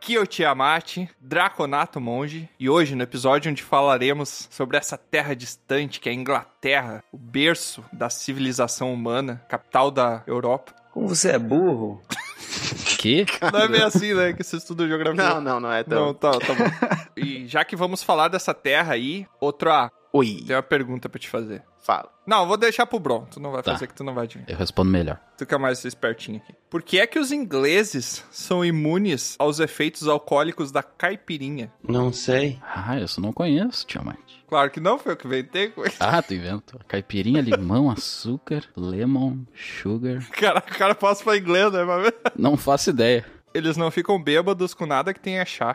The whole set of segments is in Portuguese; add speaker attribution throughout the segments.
Speaker 1: Kyo é Tiamat, Draconato Monge, e hoje no episódio onde falaremos sobre essa terra distante que é a Inglaterra, o berço da civilização humana, capital da Europa.
Speaker 2: Como você é burro?
Speaker 3: Que?
Speaker 1: Não é bem assim, né, que você estuda geografia.
Speaker 4: Não, não, não é tão.
Speaker 1: Não, tá, tá bom. E já que vamos falar dessa terra aí, outra,
Speaker 4: Oi,
Speaker 1: tem uma pergunta pra te fazer.
Speaker 4: fala.
Speaker 1: Não, vou deixar pro Bron, tu não vai
Speaker 3: Tá.
Speaker 1: fazer que tu não vai adivinhar.
Speaker 3: Eu respondo melhor.
Speaker 1: Tu que é mais espertinho aqui. Por que é que os ingleses são imunes aos efeitos alcoólicos da caipirinha?
Speaker 2: Não sei.
Speaker 3: Ah, isso eu não conheço, Tiamat.
Speaker 1: Claro que não, foi eu que inventei. como é que-
Speaker 3: Ah, tu invento. Caipirinha, limão, açúcar, lemon, sugar.
Speaker 1: Cara, o cara passa pra inglês, né? Mas-
Speaker 3: Não faço ideia.
Speaker 1: Eles não ficam bêbados com nada que tenha chá.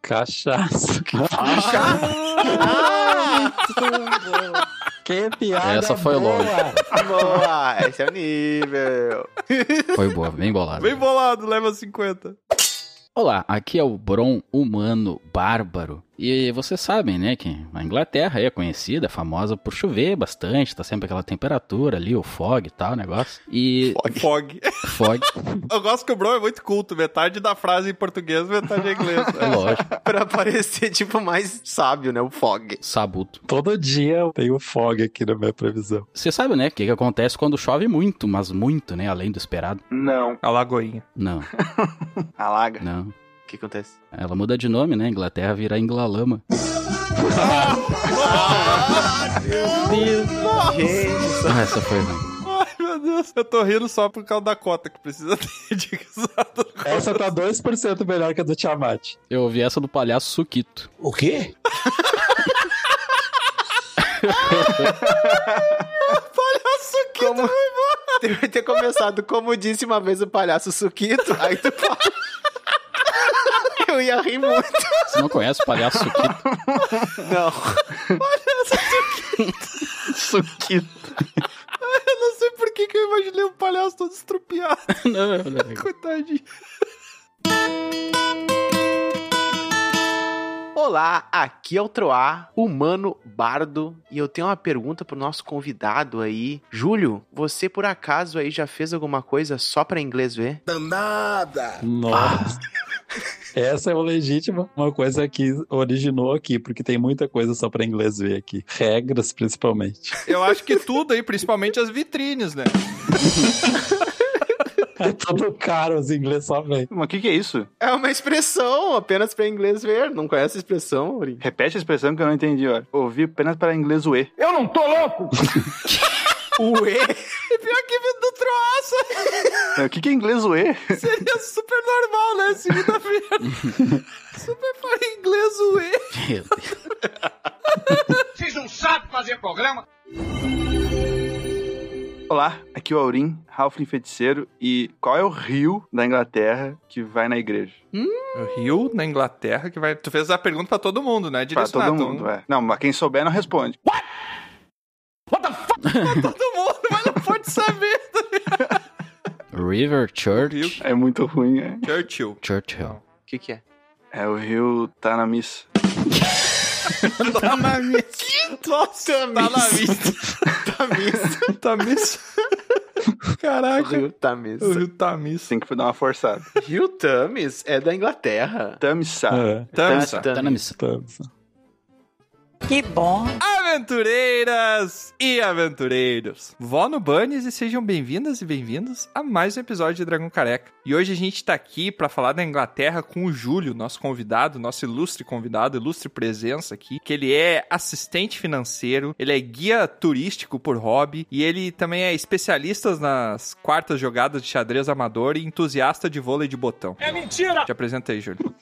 Speaker 2: Cachaça.
Speaker 4: Ah!
Speaker 2: que É piada.
Speaker 3: Essa foi
Speaker 2: boa.
Speaker 3: longe.
Speaker 4: Boa, esse é o nível.
Speaker 3: Foi boa, bem bolado.
Speaker 1: Bem bolado, leva 50.
Speaker 3: Olá, aqui é o Bron Humano Bárbaro. E vocês sabem, né, que a Inglaterra aí é conhecida, famosa por chover bastante, tá sempre aquela temperatura ali, o fog e tal, o negócio. E
Speaker 1: Fog.
Speaker 3: fog,
Speaker 1: Eu gosto que o Bron é muito culto. Metade da frase em português, metade em inglês.
Speaker 3: é
Speaker 1: Né?
Speaker 3: lógico,
Speaker 4: pra parecer, tipo, mais sábio, né? O Fog.
Speaker 3: sabuto.
Speaker 2: Todo dia eu tenho fog aqui na minha previsão.
Speaker 3: Você sabe, né, o que, que acontece quando chove muito, mas muito, né, além do esperado.
Speaker 4: Não.
Speaker 1: A Lagoinha.
Speaker 3: Não,
Speaker 4: Alaga.
Speaker 3: não.
Speaker 4: O que acontece?
Speaker 3: Ela muda de nome, né, Inglaterra vira Inglalama.
Speaker 4: Gente,
Speaker 3: Ah, essa foi ruim.
Speaker 1: Ai, meu Deus. Eu tô rindo só por causa da cota que precisa ter de risada.
Speaker 2: Essa tá 2% melhor que a do Tiamat.
Speaker 3: Eu ouvi essa do palhaço Suquito.
Speaker 5: O quê?
Speaker 4: como... Deve ter começado, como disse uma vez o palhaço Suquito, aí tu fala... Eu ia rir muito.
Speaker 3: Você não conhece o palhaço Suquito?
Speaker 4: Não. Suquito.
Speaker 1: Eu não sei por que, que eu imaginei um palhaço todo estrupiado.
Speaker 3: não, não.
Speaker 1: Coitadinho.
Speaker 4: Olá, aqui é o Troá, humano bardo, e eu tenho uma pergunta pro nosso convidado aí. Júlio, você por acaso aí já fez alguma coisa só pra inglês ver?
Speaker 5: Danada!
Speaker 2: Nossa. Essa é o legítimo, uma coisa que originou aqui, porque tem muita coisa só pra inglês ver aqui. Regras, principalmente.
Speaker 1: Eu acho que tudo aí, principalmente as vitrines, né?
Speaker 2: É tudo caro, os ingleses só vêm.
Speaker 6: Mas o que, que é isso?
Speaker 4: É uma expressão, apenas pra inglês ver. Não conhece a expressão, Uri?
Speaker 6: Repete a expressão que eu não entendi, ó. Ouvi apenas para inglês o E.
Speaker 4: Ué!
Speaker 1: E pior que vindo do troaço
Speaker 6: O que, que é inglês o E?
Speaker 1: seria super normal, né? Segunda-feira. super para inglês o E.
Speaker 3: Meu Deus.
Speaker 6: Olá, aqui é o Aurim, Halfling Feiticeiro. E qual é o rio da Inglaterra que vai na igreja?
Speaker 1: O Rio, na Inglaterra, que vai. Tu fez a pergunta pra todo mundo, né?
Speaker 6: Pra
Speaker 1: Direcionado.
Speaker 6: todo mundo, é. Não, mas quem souber não responde. é.
Speaker 1: Todo mundo, mas não pode saber.
Speaker 3: River Church.
Speaker 1: Rio.
Speaker 6: É muito ruim, é.
Speaker 1: Churchill.
Speaker 3: Churchill.
Speaker 4: O que, que é?
Speaker 6: É, o rio tá na missa.
Speaker 1: Tá na missa. Nossa, tá na missa.
Speaker 4: Tamisa.
Speaker 1: Tá missa.
Speaker 4: O
Speaker 1: Caraca.
Speaker 4: rio Tamisa.
Speaker 1: O Rio tá missa.
Speaker 6: Tem que dar uma forçada.
Speaker 4: Rio Tamis é da Inglaterra.
Speaker 6: Tamissa.
Speaker 2: É,
Speaker 1: Tamsa.
Speaker 4: Tá-
Speaker 3: Tá na missa.
Speaker 2: então,
Speaker 7: Que bom.
Speaker 1: Aventureiras e aventureiros! Vó no Bunnies e sejam bem-vindas e bem-vindos a mais um episódio de Dragão Careca. E hoje a gente tá aqui pra falar da Inglaterra com o Júlio, nosso convidado, nosso ilustre convidado, ilustre presença aqui, que ele é assistente financeiro, ele é guia turístico por hobby e ele também é especialista nas quartas jogadas de xadrez amador e entusiasta de vôlei de botão. É mentira! Te apresentei, Júlio.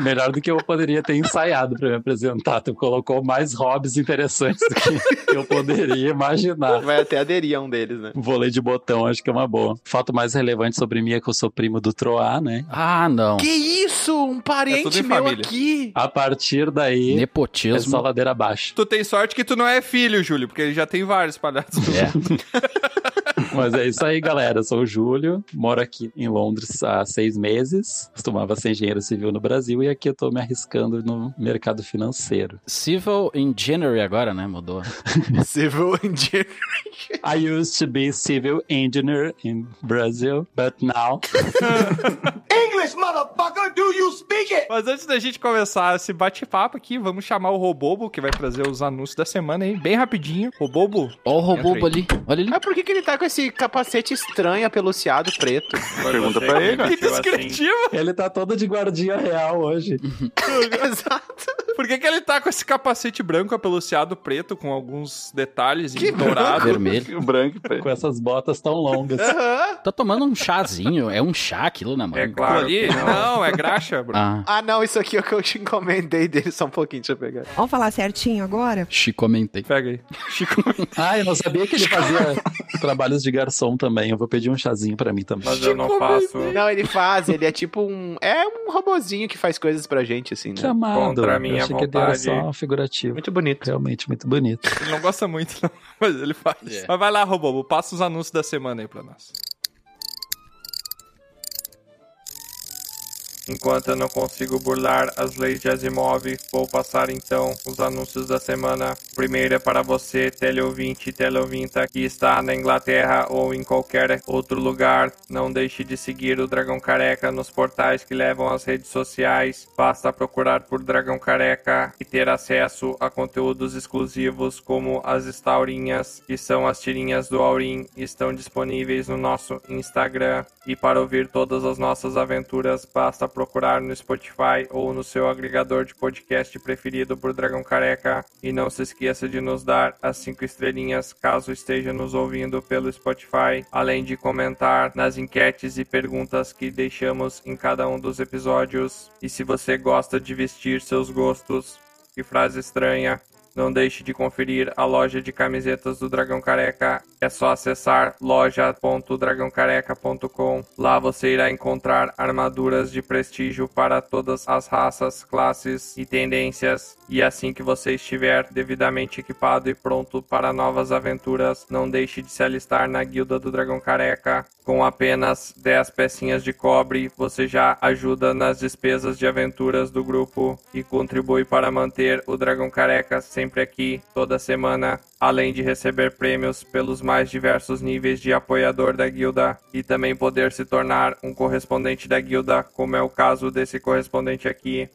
Speaker 2: Melhor do que eu poderia ter ensaiado pra me apresentar. Tu colocou mais hobbies interessantes do que eu poderia imaginar.
Speaker 4: Vai até aderir a um deles, né?
Speaker 2: Vôlei de botão, acho que é uma boa. Fato mais relevante sobre mim é que eu sou primo do Troá, né?
Speaker 3: Ah, não.
Speaker 4: Que isso? Um
Speaker 1: É tudo
Speaker 4: parente
Speaker 1: em
Speaker 4: meu
Speaker 1: família.
Speaker 4: aqui.
Speaker 2: A partir daí, é só
Speaker 3: Nepotismo.
Speaker 2: ladeira abaixo.
Speaker 1: é Tu tem sorte que tu não é filho, Júlio, porque ele já tem vários palhaços.
Speaker 3: É.
Speaker 2: Mas é isso aí, galera. Eu sou o Júlio, moro aqui em Londres há seis meses. Costumava ser engenheiro civil no Brasil e aqui eu tô me arriscando no mercado financeiro.
Speaker 3: Civil Engineering agora, né? Mudou.
Speaker 4: Civil Engineer.
Speaker 2: I used to be civil engineer in Brazil, but now
Speaker 8: Mas antes da gente começar esse bate-papo aqui, vamos chamar o Robobo, que vai trazer os anúncios da semana aí, bem rapidinho. Robobo,
Speaker 3: Ó o
Speaker 8: Entra
Speaker 3: robô
Speaker 8: aí.
Speaker 3: ali. Olha ele.
Speaker 4: Mas por que, que ele tá com esse capacete estranho, apeluciado, preto?
Speaker 6: Pergunta pra ele,
Speaker 8: que
Speaker 6: né?
Speaker 8: descritivo!
Speaker 2: ele tá todo de guardinha real hoje.
Speaker 4: Exato.
Speaker 8: Por que, que ele tá com esse capacete branco apeluciado preto com alguns detalhes
Speaker 4: Que
Speaker 8: em dourado?
Speaker 3: Vermelho.
Speaker 6: O né? branco pra ele.
Speaker 2: Com essas botas tão longas.
Speaker 4: Aham.
Speaker 3: Tá tomando um chazinho. É um chá aquilo na mão.
Speaker 8: É claro ali?
Speaker 6: que
Speaker 8: Não.
Speaker 6: não.
Speaker 8: é graxa, bro.
Speaker 3: Ah,
Speaker 4: Ah, não, isso aqui é o que eu te encomendei dele só um pouquinho, deixa eu pegar.
Speaker 9: Vamos falar certinho agora?
Speaker 3: te comentei.
Speaker 8: Pega aí. Chico,
Speaker 2: Ah, eu não sabia que ele fazia trabalhos de garçom também. Eu vou pedir um chazinho pra mim também.
Speaker 6: Mas eu
Speaker 8: Tipo
Speaker 6: não faço
Speaker 4: Não, ele faz, ele é tipo um. É um robozinho que faz coisas pra gente, assim, né?
Speaker 2: Chamado.
Speaker 6: Contra a
Speaker 2: eu
Speaker 6: minha
Speaker 2: achei que ele era
Speaker 6: vontade.
Speaker 2: só um figurativo.
Speaker 4: Muito bonito.
Speaker 2: Realmente muito bonito.
Speaker 8: ele não gosta muito, não, mas ele faz.
Speaker 3: É.
Speaker 8: Mas vai lá, Robobo, passa os anúncios da semana aí pra nós.
Speaker 1: Enquanto eu não consigo burlar as leis de Asimov, vou passar então os anúncios da semana. O primeiro é para você, teleouvinte e teleouvinta, que está na Inglaterra ou em qualquer outro lugar. Não deixe de seguir o Dragão Careca nos portais que levam às redes sociais. Basta procurar por Dragão Careca e ter acesso a conteúdos exclusivos como as estaurinhas, que são as tirinhas do Aurim, estão disponíveis no nosso Instagram. E para ouvir todas as nossas aventuras, basta procurar no Spotify ou no seu agregador de podcast preferido por Dragão Careca. E não se esqueça de nos dar as cinco estrelinhas caso esteja nos ouvindo pelo Spotify, além de comentar nas enquetes e perguntas que deixamos em cada um dos episódios. E se você gosta de vestir seus gostos, que frase estranha. Não deixe de conferir a loja de camisetas do Dragão Careca. É só acessar loja.dragãocareca.com. Lá você irá encontrar armaduras de prestígio para todas as raças, classes e tendências. E assim que você estiver devidamente equipado e pronto para novas aventuras, não deixe de se alistar na Guilda do Dragão Careca. Com apenas 10 pecinhas de cobre, você já ajuda nas despesas de aventuras do grupo e contribui para manter o Dragão Careca sempre aqui, toda semana, além de receber prêmios pelos mais diversos níveis de apoiador da guilda e também poder se tornar um correspondente da guilda, como é o caso desse correspondente aqui.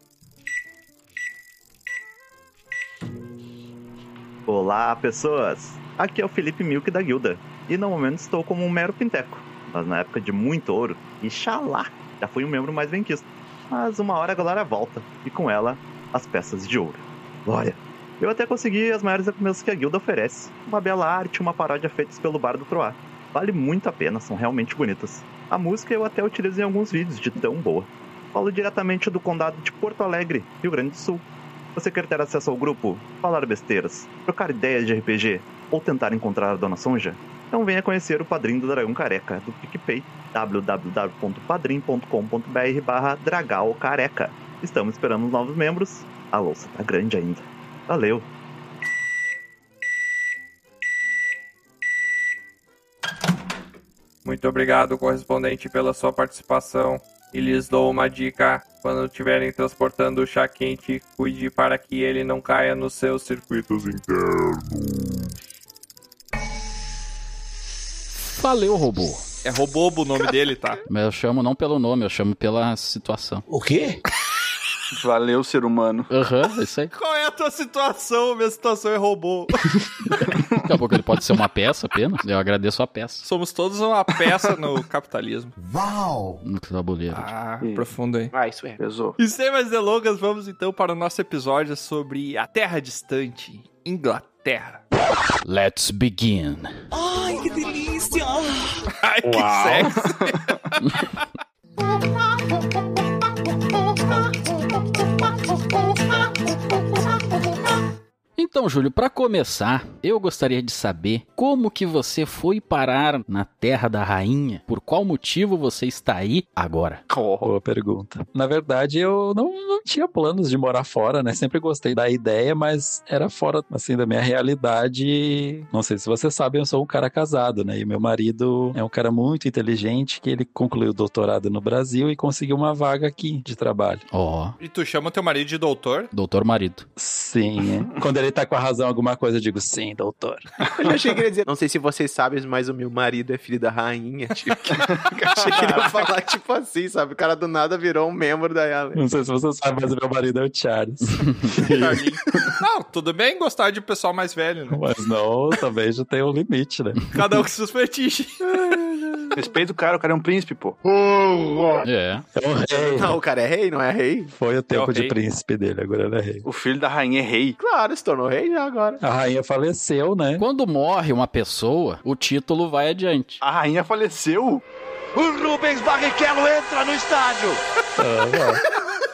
Speaker 10: Olá, pessoas! Aqui é o Felipe Milk da Guilda, e no momento estou como um mero pinteco, mas na época de muito ouro, e xalá, já fui um membro mais bem quisto. Mas uma hora a galera volta, e com ela, as peças de ouro. Glória! Eu até consegui as maiores recompensas que a guilda oferece, uma bela arte e uma paródia feitas pelo Bar do Troá. Vale muito a pena, são realmente bonitas. A música eu até utilizo em alguns vídeos, de tão boa. Falo diretamente do condado de Porto Alegre, Rio Grande do Sul. Você quer ter acesso ao grupo, falar besteiras, trocar ideias de RPG ou tentar encontrar a Dona Sonja? Então venha conhecer o Padrinho do Dragão Careca do PicPay, www.padrim.com.br barra Dragal Careca. Estamos esperando os novos membros. A louça tá grande ainda. Valeu!
Speaker 1: Muito obrigado, correspondente, pela sua participação. E lhes dou uma dica: quando estiverem transportando o chá quente, cuide para que ele não caia nos seus circuitos internos.
Speaker 3: Valeu, robô.
Speaker 8: É Robobo o nome dele, tá?
Speaker 3: Mas eu chamo não pelo nome, eu chamo pela situação.
Speaker 6: Valeu, ser humano.
Speaker 3: Aham, isso aí.
Speaker 8: Qual é a tua situação? Minha situação é robô.
Speaker 3: Daqui a pouco ele pode ser uma peça apenas. Eu agradeço a peça.
Speaker 8: Somos todos uma peça no capitalismo.
Speaker 3: No tabuleiro.
Speaker 8: Ah,
Speaker 6: Isso.
Speaker 8: profundo, hein?
Speaker 4: Ah, isso é.
Speaker 6: Pesou.
Speaker 8: E sem mais delongas, vamos então para o nosso episódio sobre a Terra Distante, Inglaterra.
Speaker 3: Let's begin.
Speaker 11: Ai, que delícia!
Speaker 8: Ai, que sexy!
Speaker 3: Então, Júlio, para começar, eu gostaria de saber como que você foi parar na Terra da Rainha? Por qual motivo você está aí agora?
Speaker 2: Boa pergunta. Na verdade, eu não, não tinha planos de morar fora, né? Sempre gostei da ideia, mas era fora, assim, da minha realidade. Não sei se vocês sabem, eu sou um cara casado, né? E meu marido é um cara muito inteligente, que ele concluiu o doutorado no Brasil e conseguiu uma vaga aqui de trabalho.
Speaker 3: Ó,
Speaker 1: E tu chama teu marido de doutor?
Speaker 3: doutor marido.
Speaker 2: Sim, é. Quando ele tá com a razão em alguma coisa, eu digo, sim, doutor.
Speaker 4: Eu já achei que ele ia dizer. Não sei se vocês sabem, mas o meu marido é filho da rainha. Tipo, que... eu achei que ele ia falar tipo assim, sabe? O cara do nada virou um membro da Yale.
Speaker 2: Não sei se vocês sabem, mas o meu marido é o Charles.
Speaker 1: Charlinho? não, tudo bem gostar de pessoal mais velho, né?
Speaker 2: mas não, também já tem um limite, né?
Speaker 1: Cada um com seus fetiches.
Speaker 6: Respeita o cara, o cara é um príncipe, pô.
Speaker 3: É.
Speaker 2: É um rei.
Speaker 4: Não, o cara é rei, não é rei?
Speaker 2: Foi o tempo
Speaker 1: É o
Speaker 2: de
Speaker 1: rei.
Speaker 2: príncipe dele, agora ele é rei.
Speaker 6: O filho da rainha é rei.
Speaker 4: Claro, se tornou rei já agora.
Speaker 2: A rainha faleceu, né?
Speaker 3: Quando morre uma pessoa, o título vai adiante.
Speaker 6: A rainha faleceu.
Speaker 2: Ah,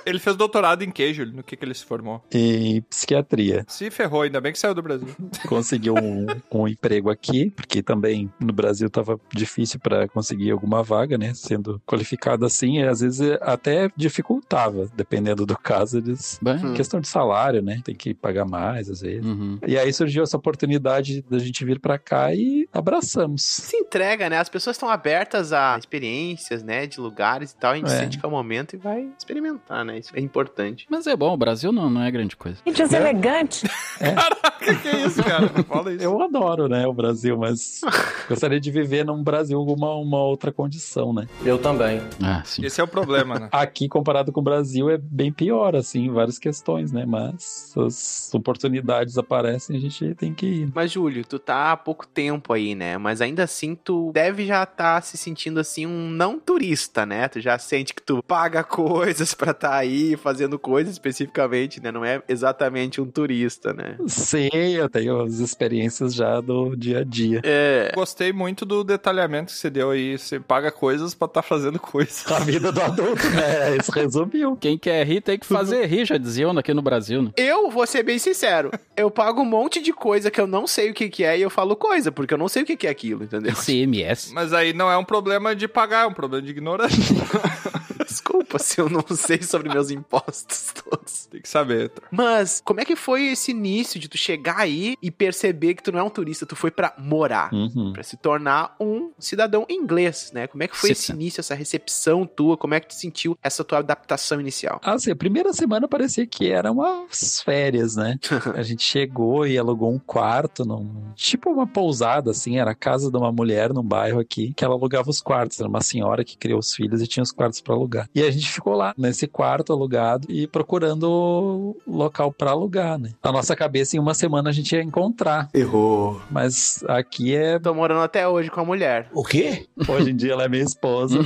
Speaker 1: Ele fez doutorado em queijo, no que que ele se formou.
Speaker 2: ó. em psiquiatria.
Speaker 1: Se ferrou, ainda bem que saiu do Brasil.
Speaker 2: Conseguiu um, um emprego aqui, porque também no Brasil tava difícil para conseguir alguma vaga, né? Sendo qualificado assim, e às vezes até dificultava, dependendo do caso. Eles...
Speaker 3: Bem,
Speaker 2: Questão de salário, né? Tem que pagar mais, às vezes.
Speaker 3: uhum.
Speaker 2: E aí surgiu essa oportunidade da gente vir pra cá e abraçamos.
Speaker 4: Se entrega, né? As pessoas estão abertas a experiências, né? De lugares e tal. A gente
Speaker 2: É.
Speaker 4: sente que é o momento e vai experimentar, né? Isso é importante.
Speaker 3: Mas é bom, o Brasil não, não é grande coisa.
Speaker 5: Que deselegante.
Speaker 1: que que é isso, cara? Não Fala isso.
Speaker 2: Eu adoro, né, o Brasil, mas gostaria de viver num Brasil com uma, uma outra condição, né?
Speaker 7: Eu também.
Speaker 3: Ah, sim.
Speaker 1: Esse é o problema, né?
Speaker 2: Aqui, comparado com o Brasil, é bem pior, assim, em várias questões, né? Mas as oportunidades aparecem, a gente tem que ir.
Speaker 4: Mas, Júlio, tu tá há pouco tempo aí, né? Mas ainda assim, tu deve já estar se sentindo assim um não turista, né? Tu já sente que tu paga coisas pra tá aí fazendo coisas especificamente, né? Não é exatamente um turista, né?
Speaker 2: Sim, eu tenho as experiências já do dia a dia.
Speaker 4: É.
Speaker 1: Gostei muito do detalhamento que você deu aí. Você paga coisas pra tá fazendo coisas.
Speaker 2: A vida do adulto, né? Isso resumiu.
Speaker 3: Quem quer rir tem que fazer rir, já diziam aqui no Brasil, né?
Speaker 4: Eu vou ser bem sincero. Eu pago um monte de coisa que eu não sei o que, que é e eu falo coisa, porque eu não sei o que, que é aquilo, entendeu?
Speaker 3: CMS.
Speaker 1: Mas aí não é um problema de pagar, é um problema de ignorância.
Speaker 4: Desculpa se eu não sei sobre meus impostos todos.
Speaker 1: Tem que saber. Heitor.
Speaker 4: Mas como é que foi esse início de tu chegar aí e perceber que tu não é um turista, tu foi pra morar?
Speaker 2: Uhum.
Speaker 4: Pra se tornar um cidadão inglês, né? Como é que foi esse
Speaker 3: Cidadão.
Speaker 4: início, essa recepção tua? Como é que tu sentiu essa tua adaptação inicial?
Speaker 2: Assim, a primeira semana parecia que eram umas férias, né? A gente chegou e alugou um quarto, num, tipo uma pousada, assim, era a casa de uma mulher num bairro aqui, que ela alugava os quartos, era uma senhora que criou os filhos e tinha os quartos pra alugar. E a gente ficou lá, nesse quarto alugado e procurando local pra alugar, né? Na nossa cabeça, em uma semana a gente ia encontrar,
Speaker 7: Errou.
Speaker 2: mas aqui é...
Speaker 4: Tô morando até hoje com a mulher.
Speaker 7: O quê?
Speaker 2: Hoje em dia ela é minha esposa.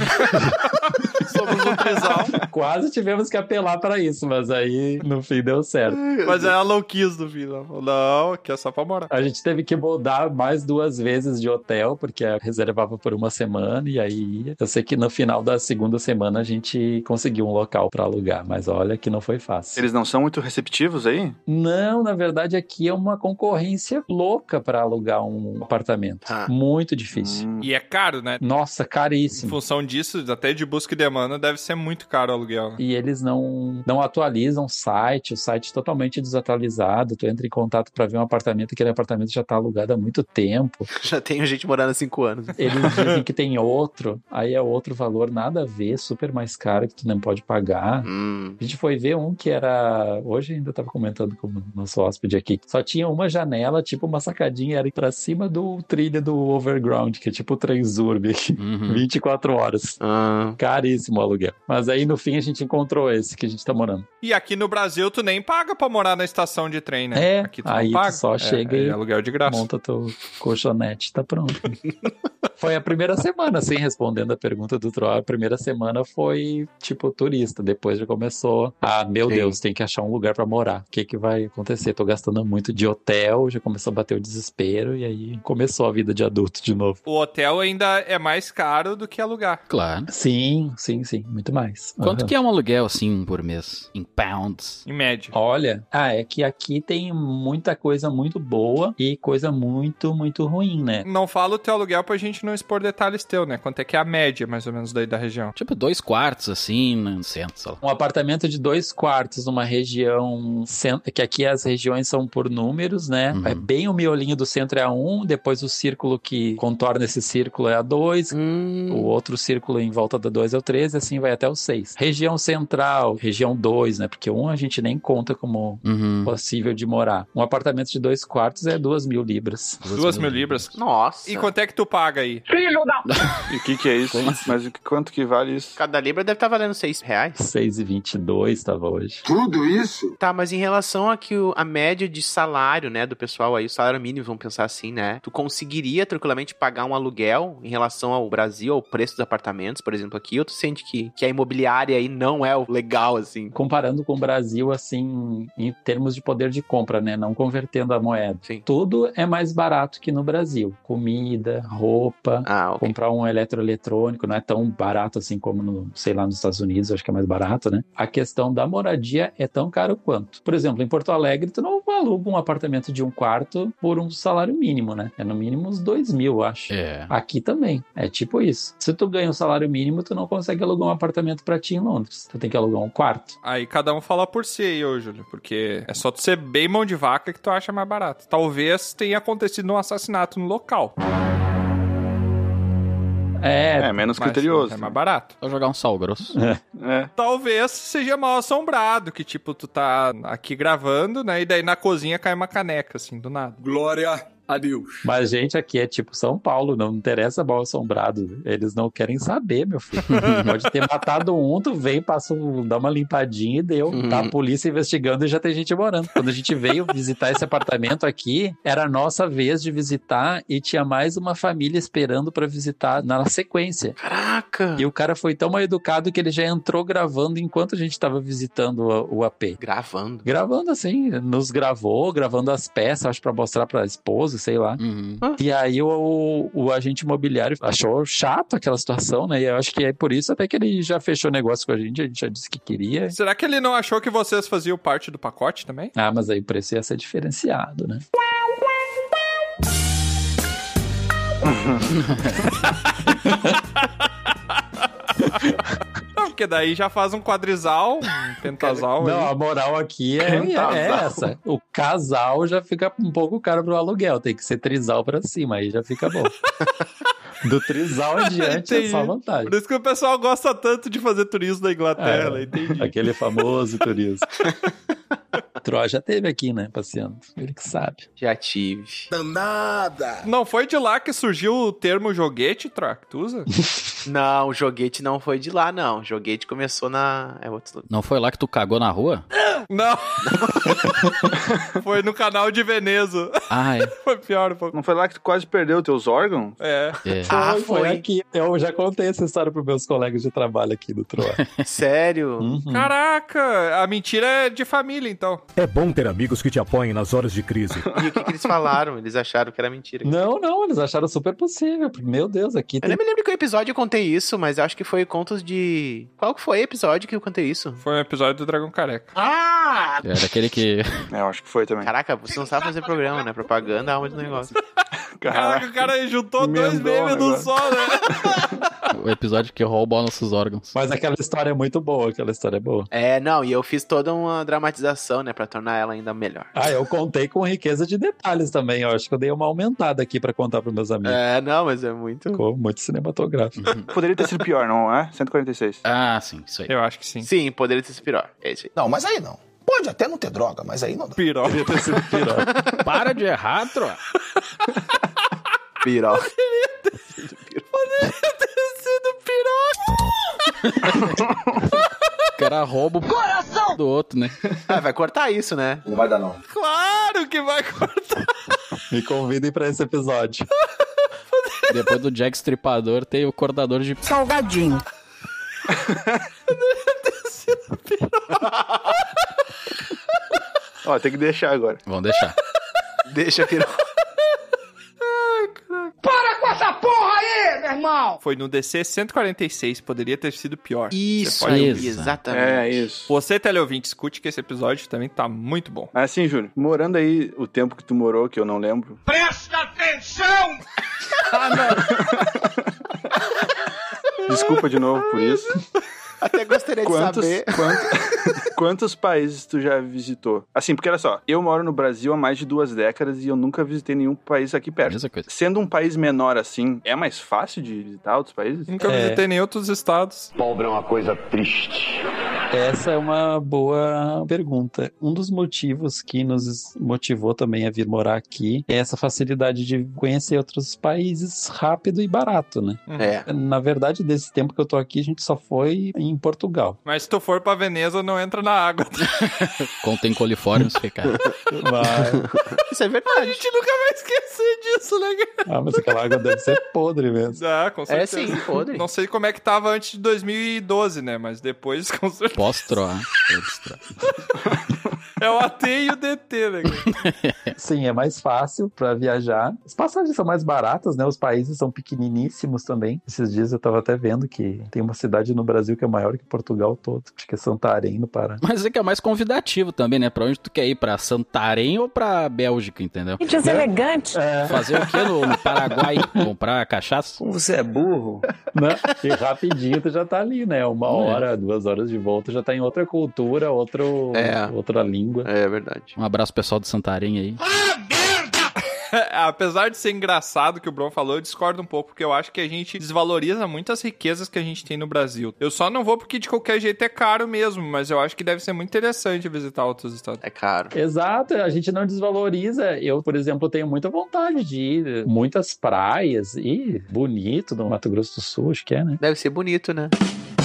Speaker 1: Somos um trisal.
Speaker 2: Quase tivemos que apelar pra isso, mas aí no fim deu certo.
Speaker 1: Mas é- ela não quis no fim, ela falou, Não, aqui é só pra morar.
Speaker 2: A gente teve que mudar mais duas vezes de hotel, porque reservava por uma semana e aí ia. Eu sei que no final da segunda semana a gente conseguiu um local pra alugar, mas olha que não foi fácil.
Speaker 6: Eles não são muito receptivos aí?
Speaker 2: Não, na verdade aqui é uma concorrência louca pra alugar um apartamento.
Speaker 4: Ah.
Speaker 2: Muito difícil.
Speaker 6: Hum.
Speaker 1: E é caro, né?
Speaker 2: Nossa,
Speaker 1: Em
Speaker 2: caríssimo.
Speaker 1: função disso, até de busca e demanda, deve ser muito caro o aluguel. né?
Speaker 2: E eles não, não atualizam o site, o site totalmente desatualizado. Tu entra em contato pra ver um apartamento, aquele apartamento já tá alugado há muito tempo.
Speaker 4: Já tenho gente morando há cinco anos.
Speaker 2: Eles dizem que tem outro, aí é outro valor, nada a ver, super mais caro que tu não pode pagar.
Speaker 4: Hum.
Speaker 2: A gente foi ver um que era. Hoje ainda tava comentando com o nosso hóspede aqui. Só tinha uma janela, tipo uma sacadinha, era pra cima do trilho do overground, que é tipo o Transurb aqui.
Speaker 3: Uhum.
Speaker 2: 24 horas.
Speaker 4: Ah.
Speaker 2: Caríssimo o aluguel. Mas aí no fim a gente encontrou esse que a gente tá morando.
Speaker 1: E aqui no Brasil, tu nem paga pra morar na estação de trem, né?
Speaker 2: É,
Speaker 1: aqui
Speaker 2: aí
Speaker 1: não
Speaker 2: tu
Speaker 1: paga.
Speaker 2: só chega
Speaker 1: é,
Speaker 2: e
Speaker 1: é aluguel de graça.
Speaker 2: Monta teu colchonete, tá pronto. Foi a primeira semana, assim, respondendo a pergunta do Troll. A primeira semana foi, tipo, turista. Depois já começou. Ah, meu
Speaker 4: Sim.
Speaker 2: Deus, tem que achar um lugar pra morar. O que que vai acontecer? Tô gastando muito de hotel. Já começou a bater o desespero. E aí começou a vida de adulto de novo.
Speaker 1: O hotel ainda é mais caro do que alugar.
Speaker 3: Claro.
Speaker 2: Sim, sim, sim. Muito mais.
Speaker 3: Quanto
Speaker 2: Aham.
Speaker 3: que é um aluguel, assim, por mês? Em pounds.
Speaker 1: Em média.
Speaker 2: Olha, ah, é que aqui tem muita coisa muito boa e coisa muito, muito ruim, né?
Speaker 1: Não fala o teu aluguel pra gente não expor detalhes teu, né? Quanto é que é a média, mais ou menos, daí da região.
Speaker 3: Tipo, dois quartos, assim, no centro, sei lá.
Speaker 2: Um apartamento de dois quartos numa região centro, que aqui as regiões são por números, né?
Speaker 3: Uhum.
Speaker 2: É bem o miolinho do centro é a um, depois o círculo que contorna esse círculo é a dois, o
Speaker 3: Uhum.
Speaker 4: Hum,
Speaker 2: outro círculo em volta do dois é o três, e assim vai até o seis. Região central, região dois, né? Porque um a gente nem conta como
Speaker 3: Uhum.
Speaker 2: possível de morar. Um apartamento de dois quartos é duas mil libras.
Speaker 1: Duas, mil libras.
Speaker 4: nossa.
Speaker 1: E quanto é que tu paga aí?
Speaker 6: E o que, que é isso? Mas o que- quanto que vale isso?
Speaker 4: Cada libra deve estar valendo 6 reais.
Speaker 2: 6,22 estava hoje.
Speaker 4: Tá, mas em relação a que o- a média de salário, né, do pessoal aí, o salário mínimo, vamos pensar assim, né? Tu conseguiria tranquilamente pagar um aluguel em relação ao Brasil, ao preço dos apartamentos, por exemplo, aqui? Ou tu sente que, que a imobiliária aí não é o legal, assim?
Speaker 2: comparando com o Brasil, assim, em termos de poder de compra, né? Não convertendo a moeda.
Speaker 4: Sim.
Speaker 2: Tudo é mais barato que no Brasil. Comida, roupa.
Speaker 4: Ah, ok.
Speaker 2: Comprar um eletroeletrônico não é tão barato assim como, no, sei lá, nos Estados Unidos, acho que é mais barato, né? A questão da moradia é tão caro quanto. Por exemplo, em Porto Alegre, tu não aluga um apartamento de um quarto por um salário mínimo, né? É no mínimo uns dois mil, eu acho.
Speaker 3: É.
Speaker 2: Aqui também, é tipo isso. Se tu ganha um salário mínimo, tu não consegue alugar um apartamento pra ti em Londres. Tu tem que alugar um quarto.
Speaker 1: Aí cada um fala por si aí, ô Júlio, porque é só tu ser bem mão de vaca que tu acha mais barato. Talvez tenha acontecido um assassinato no local.
Speaker 2: É,
Speaker 6: É, menos
Speaker 1: mas
Speaker 6: criterioso.
Speaker 1: É mais barato.
Speaker 3: Só jogar um sal grosso.
Speaker 6: É.
Speaker 1: Talvez seja mal assombrado, que tipo, tu tá aqui gravando, né? E daí na cozinha cai uma caneca, assim, do nada.
Speaker 7: Glória a Deus.
Speaker 2: mas gente aqui é tipo São Paulo, não interessa mal assombrado. Eles não querem saber, meu filho. Pode ter matado um, tu vem, passa, um- dá uma limpadinha e deu.
Speaker 4: Uhum.
Speaker 2: Tá a polícia investigando e já tem gente morando. Quando a gente veio visitar esse apartamento aqui, era a nossa vez de visitar e tinha mais uma família esperando pra visitar na sequência.
Speaker 4: Caraca!
Speaker 2: E o cara foi tão mal educado que ele já entrou gravando enquanto a gente tava visitando o, o AP.
Speaker 4: Gravando.
Speaker 2: Gravando assim, nos gravou, gravando as peças, acho, pra mostrar pra esposa, sei lá.
Speaker 3: Uhum.
Speaker 2: E aí o, o agente imobiliário achou chato aquela situação, né? E eu acho que é por isso até que ele já fechou negócio com a gente, a gente já disse que queria.
Speaker 1: Será que ele não achou que vocês faziam parte do pacote também?
Speaker 2: Ah, mas aí o preço ia ser diferenciado, né?
Speaker 1: Não, porque daí já faz um quadrisal, um pentasal.
Speaker 2: Não,
Speaker 1: aí.
Speaker 2: a moral aqui é,
Speaker 6: Casal.
Speaker 2: é essa. O casal já fica um pouco caro pro aluguel, tem que ser trisal pra cima, aí já fica bom. Do trisal em diante é só
Speaker 1: Entendi.
Speaker 2: vantagem.
Speaker 1: Por isso que o pessoal gosta tanto de fazer turismo na Inglaterra,
Speaker 2: É.
Speaker 1: né? entendi.
Speaker 2: Aquele famoso turista. Troy já teve aqui, né? Passeando. Ele que sabe.
Speaker 4: Já tive.
Speaker 7: Danada.
Speaker 1: Não foi de lá que surgiu o termo joguete, Troca? Tu usa?
Speaker 4: Não, o joguete não foi de lá, não. O joguete começou na. É outro lugar.
Speaker 3: Não foi lá que tu cagou na rua?
Speaker 1: Não. foi no canal de Veneza.
Speaker 3: Ah, é.
Speaker 1: Foi pior um pouco.
Speaker 6: Não foi lá que tu quase perdeu teus órgãos?
Speaker 1: É.
Speaker 3: é.
Speaker 4: Ah, foi.
Speaker 2: aqui. Eu já contei essa história para meus colegas de trabalho aqui do Troy. Hum.
Speaker 4: Sério?
Speaker 1: Caraca, a mentira é de família, então.
Speaker 5: É bom ter amigos que te apoiem nas horas de crise.
Speaker 4: E o que, que eles falaram? Eles acharam que era mentira.
Speaker 2: Não, não, eles acharam super possível. porque, Meu Deus, aqui
Speaker 4: Eu
Speaker 2: tem.
Speaker 4: nem me lembro que episódio eu contei isso, mas acho que foi contos de. Qual que foi o episódio que eu contei isso?
Speaker 1: Foi um episódio do Dragão Careca.
Speaker 3: Era aquele que.
Speaker 6: É, eu acho que foi também.
Speaker 4: Caraca, você não sabe fazer programa, né? Propaganda, a alma do negócio.
Speaker 1: Caraca, o cara juntou dois
Speaker 6: Emendou o
Speaker 1: memes num
Speaker 6: negócio.
Speaker 1: só, né?
Speaker 3: O episódio que rouba nossos órgãos.
Speaker 2: Mas aquela história é muito boa, aquela história é boa.
Speaker 4: É, não, e eu fiz toda uma dramatização, né? Pra tornar ela ainda melhor.
Speaker 2: Ah, eu contei com riqueza de detalhes também. Eu acho que eu dei uma aumentada aqui para contar para meus amigos.
Speaker 4: É, não, mas é muito.
Speaker 2: Ficou muito cinematográfico.
Speaker 6: Poderia ter sido pior, não é? 146.
Speaker 3: Ah, sim, isso aí.
Speaker 1: Eu acho que sim.
Speaker 4: Sim, poderia ter sido pior. É isso aí.
Speaker 7: Não, mas aí não. Pode até não ter droga, mas aí não dá.
Speaker 1: Piró.
Speaker 2: Podia ter sido pior.
Speaker 3: Para de errar, tro.
Speaker 4: Piró.
Speaker 3: O cara rouba o coração do outro, né?
Speaker 4: Ah, vai cortar isso, né?
Speaker 7: Não vai dar, não.
Speaker 1: Claro que vai cortar.
Speaker 2: Me convidem para esse episódio.
Speaker 3: Depois do Jack Stripador tem o cortador de.
Speaker 12: Salgadinho.
Speaker 6: Ó, tem que deixar agora.
Speaker 3: Vamos deixar.
Speaker 4: Deixa virar.
Speaker 12: Para com essa porra aí, meu irmão!
Speaker 1: Foi no DC 146, poderia ter sido pior.
Speaker 4: Isso,
Speaker 1: Você pode-
Speaker 3: Exato.
Speaker 6: É,
Speaker 4: exatamente.
Speaker 6: isso.
Speaker 1: Você, teleouvinte, escute que esse episódio também tá muito bom.
Speaker 6: Mas assim, Júlio, morando aí o tempo que tu morou, que eu não lembro,
Speaker 12: Presta atenção!
Speaker 6: desculpa de novo por isso.
Speaker 4: Até gostaria de
Speaker 6: Quantos,
Speaker 4: saber.
Speaker 6: quantos, quantos países tu já visitou? Assim, porque olha só, eu moro no Brasil há mais de duas décadas e eu nunca visitei nenhum país aqui perto.
Speaker 3: Mesma coisa.
Speaker 6: Sendo um país menor assim, é mais fácil de visitar outros países?
Speaker 1: Nunca
Speaker 2: É.
Speaker 1: visitei nem outros estados.
Speaker 2: Essa é uma boa pergunta. Um dos motivos que nos motivou também a vir morar aqui é essa facilidade de conhecer outros países rápido e barato, né?
Speaker 4: É.
Speaker 2: Na verdade, desse tempo que eu tô aqui, a gente só foi em Portugal.
Speaker 1: Mas se tu for pra Veneza, não entra na água.
Speaker 3: Contém coliformes ficar.
Speaker 2: Mas-
Speaker 4: Isso é
Speaker 1: A
Speaker 4: verdade.
Speaker 1: gente nunca vai esquecer disso, né, cara?
Speaker 2: ah, mas aquela água deve ser podre mesmo.
Speaker 1: Ah, com
Speaker 4: É
Speaker 1: certeza.
Speaker 4: sim, podre.
Speaker 1: Não sei como é que tava antes de 2012, né? Mas depois, com certeza.
Speaker 3: Pós-tro. né? Pós-tro.
Speaker 1: É o AT e o DT, né? cara?
Speaker 2: Sim, é mais fácil para viajar. As passagens são mais baratas, né? Os países são pequeniníssimos também. Esses dias eu tava até vendo que tem uma cidade no Brasil que é maior que Portugal todo. Acho que é Santarém, no Pará.
Speaker 3: Mas é que é mais convidativo também, né? Pra onde tu quer ir? Pra Santarém ou pra Bélgica, entendeu?
Speaker 12: Que deselegante.
Speaker 3: Fazer o que no, no Paraguai? Comprar cachaça?
Speaker 7: Você é burro?
Speaker 2: Né? E rapidinho tu já tá ali, né? Uma
Speaker 3: Não é.
Speaker 2: hora, duas horas de volta, já tá em outra cultura, outro,
Speaker 4: É.
Speaker 2: outra língua.
Speaker 4: É verdade.
Speaker 3: Um abraço pessoal de Santarém aí.
Speaker 1: Apesar de ser engraçado o que o Bron falou, eu discordo um pouco, porque eu acho que a gente desvaloriza muito as riquezas que a gente tem no Brasil. Eu só não vou porque de qualquer jeito é caro mesmo, mas eu acho que deve ser muito interessante visitar outros estados.
Speaker 4: É caro.
Speaker 2: Exato, a gente não desvaloriza. Eu, por exemplo, tenho muita vontade de ir. Muitas praias, e bonito no Mato Grosso do Sul, acho que é, né?
Speaker 4: Deve ser bonito, né?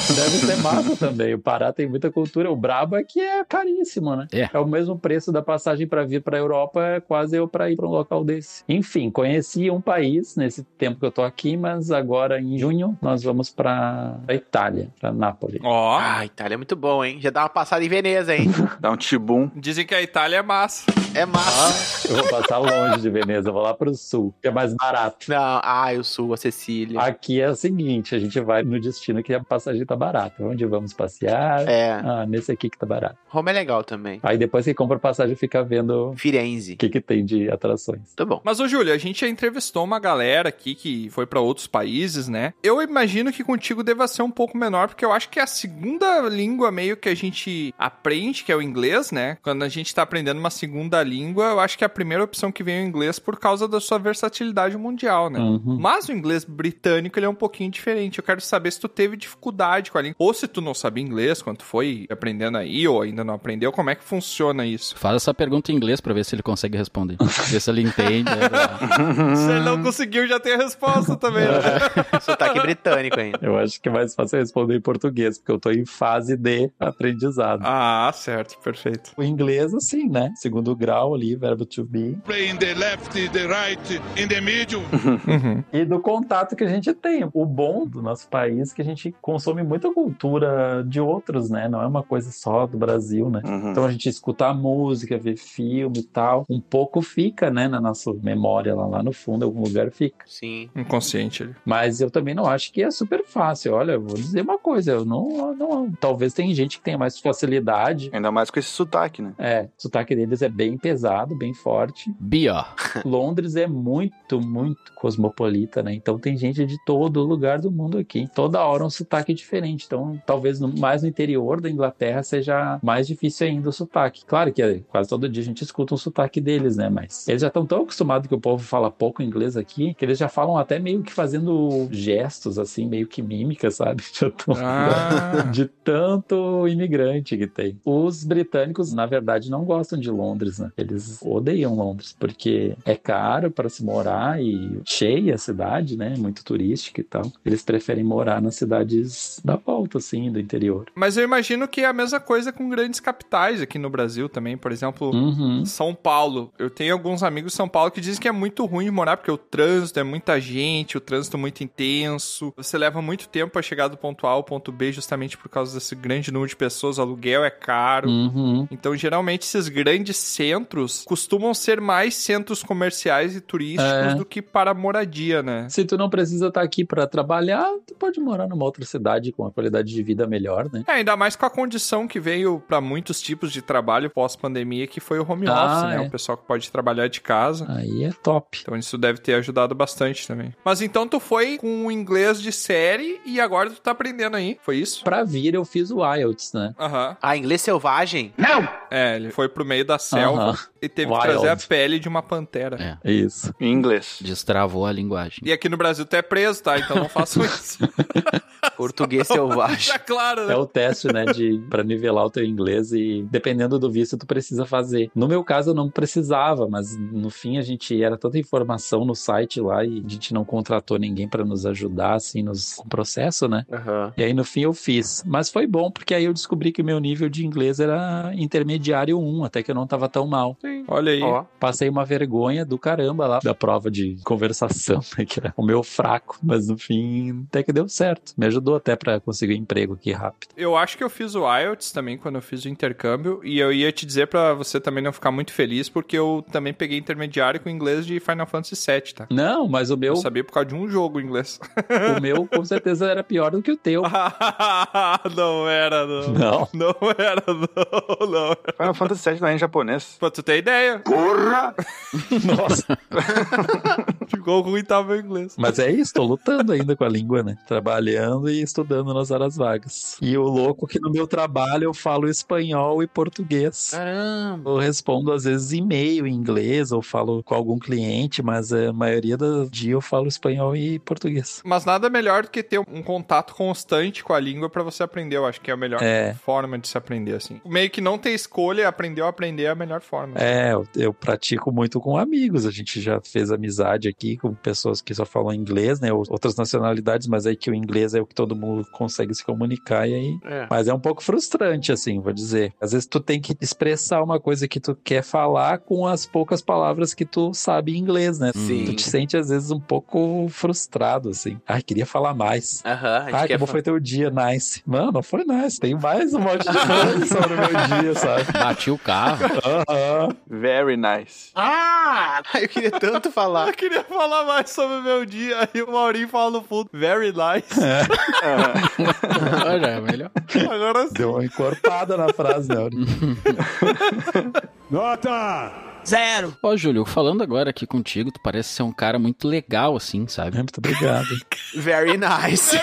Speaker 2: Deve ser massa também. O Pará tem muita cultura. O brabo é que é caríssimo, né?
Speaker 3: É.
Speaker 2: o mesmo preço da passagem para vir para Europa, é quase eu para ir para um local desse. Enfim, conheci um país nesse tempo que eu tô aqui, mas agora em junho nós vamos para Itália, para Nápoles.
Speaker 1: Ó,
Speaker 4: Ah, Itália é muito bom, hein? Já dá uma passada em Veneza, hein?
Speaker 6: Dá um tibum.
Speaker 1: dizem que a Itália é massa.
Speaker 4: É massa.
Speaker 2: Eu vou passar longe de Veneza, eu vou lá para o sul, que é mais barato.
Speaker 4: Não, ah, eu sou a Cecília.
Speaker 2: Aqui é o seguinte, a gente vai no destino que a passagem tá barata. Onde vamos passear?
Speaker 4: É.
Speaker 2: Ah, nesse aqui que tá barato.
Speaker 4: Roma é legal também.
Speaker 2: Aí depois que compra a passagem fica vendo
Speaker 4: Firenze.
Speaker 2: o que que tem de atrações.
Speaker 4: Tá bom.
Speaker 1: Mas, ô Júlio, a gente já entrevistou uma galera aqui que foi pra outros países, né? Eu imagino que contigo deva ser um pouco menor, porque eu acho que é a segunda língua meio que a gente aprende, que é o inglês, né? Quando a gente tá aprendendo uma segunda língua, eu acho que a primeira opção que vem é o inglês por causa da sua versatilidade mundial, né?
Speaker 2: Uhum.
Speaker 1: Mas o inglês britânico ele é um pouquinho diferente. Eu quero saber se tu teve dificuldade com a língua. Ou se tu não sabia inglês quando tu foi aprendendo aí, ou ainda não aprendeu, como é que funciona isso?
Speaker 3: Faz essa pergunta em inglês pra ver se ele consegue responder. Ver se ele entende. né?
Speaker 6: Hum.
Speaker 1: Se ele não conseguiu, já tem a resposta também. né?
Speaker 4: Sotaque britânico ainda.
Speaker 2: Eu acho que é mais fácil responder em português, porque eu tô em fase de aprendizado.
Speaker 1: Ah, certo, perfeito.
Speaker 2: O inglês, assim, né? Segundo grau ali, verbo to be.
Speaker 7: Play in the left, the right, in the middle.
Speaker 1: Uhum.
Speaker 2: E do contato que a gente tem. O bom do nosso país é que a gente consome muita cultura de outros, né? Não é uma coisa só do Brasil, né?
Speaker 6: Uhum.
Speaker 2: Então a gente escutar música, ver filme e tal, um pouco fica, né, na nossa memória lá, lá no fundo, em algum lugar fica.
Speaker 4: Sim.
Speaker 1: Inconsciente ali.
Speaker 2: Mas eu também não acho que é super fácil. Olha, eu vou dizer uma coisa, eu não, não. Talvez tem gente que tenha mais facilidade.
Speaker 6: Ainda mais com esse sotaque, né?
Speaker 2: É, o sotaque deles é bem pesado, bem forte.
Speaker 3: Bió.
Speaker 2: Londres é muito, muito cosmopolita, né? Então tem gente de todo lugar do mundo aqui. Toda hora um sotaque diferente. Então, talvez no- mais no interior da Inglaterra seja mais difícil ainda o sotaque. Claro que é, quase todo dia a gente escuta um sotaque deles, né? Mas eles já estão tão acostumados que o povo fala pouco inglês aqui, que eles já falam até meio que fazendo gestos, assim, meio que mímicas, sabe? Então, Já tão...
Speaker 1: Ah,
Speaker 2: De tanto imigrante que tem. Os britânicos, na verdade, não gostam de Londres, né? Eles odeiam Londres, porque é caro para se morar e cheia a cidade, né? Muito turística e tal. Eles preferem morar nas cidades da volta, assim, do interior.
Speaker 1: Mas eu imagino que é a mesma coisa com grandes capitais aqui no Brasil também. Por exemplo,
Speaker 2: Uhum.
Speaker 1: São Paulo. Eu tenho alguns amigos de São Paulo que dizem que é muito ruim de morar porque o trânsito é muita gente, o trânsito é muito intenso. Você leva muito tempo para chegar do ponto A ao ponto B justamente por causa desse grande número de pessoas. O aluguel é caro.
Speaker 2: Uhum.
Speaker 1: Então, geralmente, esses grandes centros costumam ser mais centros comerciais e turísticos
Speaker 2: É.
Speaker 1: do que para moradia, né?
Speaker 2: Se tu não precisa estar aqui pra trabalhar, tu pode morar numa outra cidade com uma qualidade de vida melhor, né?
Speaker 1: É, ainda mais com a condição que veio para muitos tipos de trabalho pós-pandemia, que foi o home
Speaker 2: Ah,
Speaker 1: office, né?
Speaker 2: é.
Speaker 1: O pessoal que pode trabalhar de casa.
Speaker 2: Aí é top.
Speaker 1: Então isso deve ter ajudado bastante também. Mas então tu foi com o inglês de série e agora tu tá aprendendo aí. Foi isso?
Speaker 2: Pra vir, eu fiz o IELTS, né?
Speaker 1: Aham.
Speaker 4: Ah, inglês selvagem?
Speaker 1: É, ele foi pro meio da selva
Speaker 2: Aham.
Speaker 1: e teve
Speaker 2: Wild.
Speaker 1: que trazer a pele de uma pantera.
Speaker 3: É.
Speaker 2: Isso.
Speaker 6: Em inglês.
Speaker 3: Destravou a linguagem.
Speaker 1: E aqui no Brasil tu é preso, tá? Então não façam isso.
Speaker 4: Português selvagem.
Speaker 1: Tá claro, né?
Speaker 2: É o teste, né, de para nivelar o teu inglês e dependendo do visto tu precisa fazer. No meu caso eu não precisava, mas no fim a gente era tanta informação no site lá e a gente não contratou ninguém pra nos ajudar assim nos no processo, né?
Speaker 4: Aham.
Speaker 2: E aí no fim eu fiz, mas foi bom porque aí eu descobri que o meu nível de inglês era intermediário 1, até que eu não tava tão mal.
Speaker 1: Olha aí.
Speaker 4: Ó.
Speaker 2: Passei uma vergonha do caramba lá da prova de conversação, né, que era o meu fraco, mas no fim até que deu certo. Me ajudou até pra conseguir um emprego aqui rápido.
Speaker 1: Eu acho que eu fiz o IELTS também quando eu fiz o intercâmbio e eu ia te dizer pra você também não ficar muito feliz porque eu também peguei intermediário com inglês de Final Fantasy VII, tá?
Speaker 2: Não, mas o meu
Speaker 1: Eu sabia por causa de um jogo em inglês.
Speaker 2: O meu, com certeza, era pior do que o teu.
Speaker 1: não era, não.
Speaker 2: Não.
Speaker 1: Não era, não, não.
Speaker 6: Final Fantasy VII lá em japonês.
Speaker 1: Pra tu ter ideia,
Speaker 2: Nossa.
Speaker 1: ficou ruim tava em inglês.
Speaker 2: Mas é isso, tô lutando ainda com a língua, né? Trabalhando e estudando nas horas vagas. E o louco que no meu trabalho eu falo espanhol e português.
Speaker 4: Caramba.
Speaker 2: Eu respondo às vezes e-mail em inglês ou falo com algum cliente, mas a maioria do dia eu falo espanhol e português.
Speaker 1: Mas nada melhor do que ter um contato constante com a língua pra você aprender. Eu acho que é a melhor
Speaker 2: É.
Speaker 1: forma de se aprender, assim. Meio que não ter escolha, aprender ou aprender é a melhor forma.
Speaker 2: É, eu, eu pratico muito com amigos. A gente já fez amizade aqui com pessoas que só falam inglês, né? Ou outras nacionalidades, mas aí que o inglês é o que todo mundo consegue se comunicar e aí
Speaker 4: É.
Speaker 2: Mas é um pouco frustrante, assim, vou dizer. Às vezes tu tem que expressar uma coisa que tu quer falar com as poucas palavras que tu sabe em inglês, né?
Speaker 4: Sim.
Speaker 2: Tu te sente, às vezes, um pouco frustrado, assim. Ai, queria falar mais.
Speaker 4: Aham, a gente
Speaker 2: Ah,
Speaker 4: quer
Speaker 2: como
Speaker 4: fa-
Speaker 2: foi teu dia, nice. Mano, não foi nice. Tem mais um monte de coisa sobre o meu dia, sabe?
Speaker 3: Bati o carro.
Speaker 2: Aham.
Speaker 6: Very nice.
Speaker 4: Ah! Eu queria tanto falar.
Speaker 1: Eu queria falar mais sobre o meu dia. Aí o Maurinho fala no fundo, very nice.
Speaker 6: Ah,
Speaker 3: Ah, já é melhor.
Speaker 1: Agora sim.
Speaker 2: Deu uma encorpada na frase, né? Auri?
Speaker 5: Nota!
Speaker 12: Zero.
Speaker 3: Ó, Júlio, falando agora aqui contigo, tu parece ser um cara muito legal, assim, sabe?
Speaker 2: Muito obrigado.
Speaker 4: Very nice.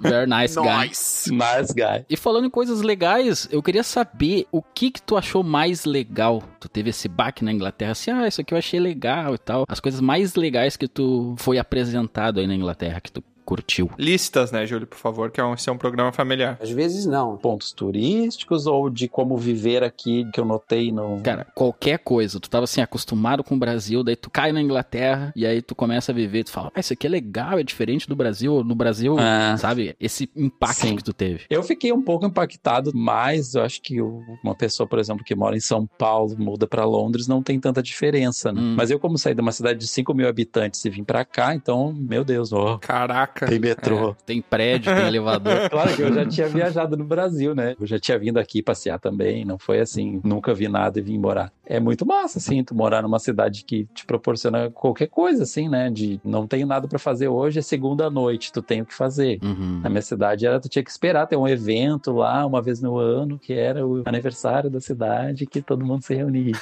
Speaker 3: Very nice guy.
Speaker 4: nice.
Speaker 2: Nice guy.
Speaker 3: E falando em coisas legais, eu queria saber o que que tu achou mais legal. Tu teve esse baque na Inglaterra, assim, ah, isso aqui eu achei legal e tal. As coisas mais legais que tu foi apresentado aí na Inglaterra, que tu curtiu.
Speaker 1: Listas, né, Júlio, por favor, que é um, esse é um programa familiar.
Speaker 13: Às vezes não.
Speaker 2: Pontos turísticos ou de como viver aqui, que eu notei no...
Speaker 3: Cara, qualquer coisa, tu tava assim, acostumado com o Brasil, daí tu cai na Inglaterra e aí tu começa a viver, tu fala, ah, isso aqui é legal, é diferente do Brasil, no Brasil,
Speaker 2: Ah.
Speaker 3: sabe? Esse impacto
Speaker 2: Sim.
Speaker 3: que tu teve.
Speaker 2: Eu fiquei um pouco impactado, mas eu acho que o- uma pessoa, por exemplo, que mora em São Paulo, muda pra Londres, não tem tanta diferença, né?
Speaker 3: Hum.
Speaker 2: Mas eu, como saí de uma cidade de 5 mil habitantes e vim pra cá, então, meu Deus, ó,
Speaker 1: Caraca.
Speaker 2: tem metrô.
Speaker 3: Tem prédio, tem elevador.
Speaker 2: Claro que eu já tinha viajado no Brasil, né? Eu já tinha vindo aqui passear também, não foi assim, nunca vi nada e vim morar. É muito massa, assim, tu morar numa cidade que te proporciona qualquer coisa, assim, né? De não tenho nada pra fazer hoje, é segunda à noite, tu tem o que fazer.
Speaker 3: Uhum.
Speaker 2: Na minha cidade era, tu tinha que esperar ter um evento lá uma vez no ano, que era o aniversário da cidade, que todo mundo se reunia.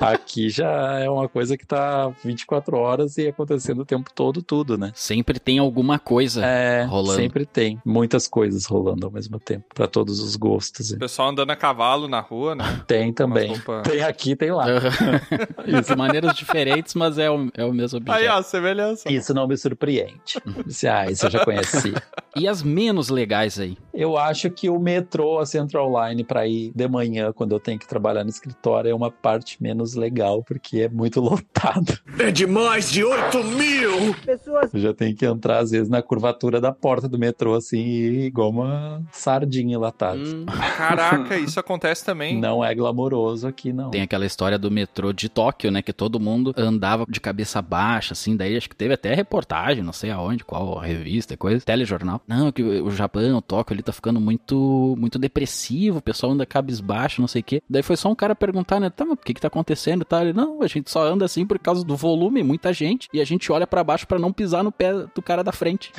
Speaker 2: Aqui já é uma coisa que tá 24 horas e acontecendo o tempo todo, tudo, né?
Speaker 3: Sempre tem alguma coisa.
Speaker 2: É,
Speaker 3: Rolando.
Speaker 2: sempre tem muitas coisas rolando ao mesmo tempo, pra todos os gostos.
Speaker 1: O pessoal andando a cavalo na rua, né?
Speaker 2: Tem
Speaker 1: Com as
Speaker 2: também.
Speaker 1: roupas-
Speaker 2: Tem aqui, tem lá.
Speaker 3: De maneiras diferentes, mas é o, é o mesmo
Speaker 1: Aí,
Speaker 3: objeto.
Speaker 1: ó, semelhança.
Speaker 2: Isso não me surpreende. Disse, Ah, isso eu já conheci.
Speaker 3: E as menos legais aí?
Speaker 2: Eu acho que o metrô, a Central Line, pra ir de manhã, quando eu tenho que trabalhar no escritório, é uma parte menos legal, porque é muito lotado.
Speaker 12: É de mais de 8 mil! Pessoas.
Speaker 2: Eu já tenho que entrar, às vezes, na curvatura da porta do metrô, assim, e igual uma sardinha enlatada.
Speaker 3: Hum.
Speaker 1: Caraca, isso acontece também.
Speaker 2: Não é glamouroso aqui, não.
Speaker 3: Tem aquela história do metrô de Tóquio, né? Que todo mundo andava de cabeça baixa, assim. Daí acho que teve até reportagem, não sei aonde, qual revista, coisa, telejornal. Não, que o Japão, o Tóquio ali tá ficando muito muito depressivo, o pessoal anda cabisbaixo, não sei o quê. Daí foi só um cara perguntar, né? Tá, mas o que que tá acontecendo e tal? Ele, não, a gente só anda assim por causa do volume, muita gente. E a gente olha pra baixo pra não pisar no pé do cara da frente.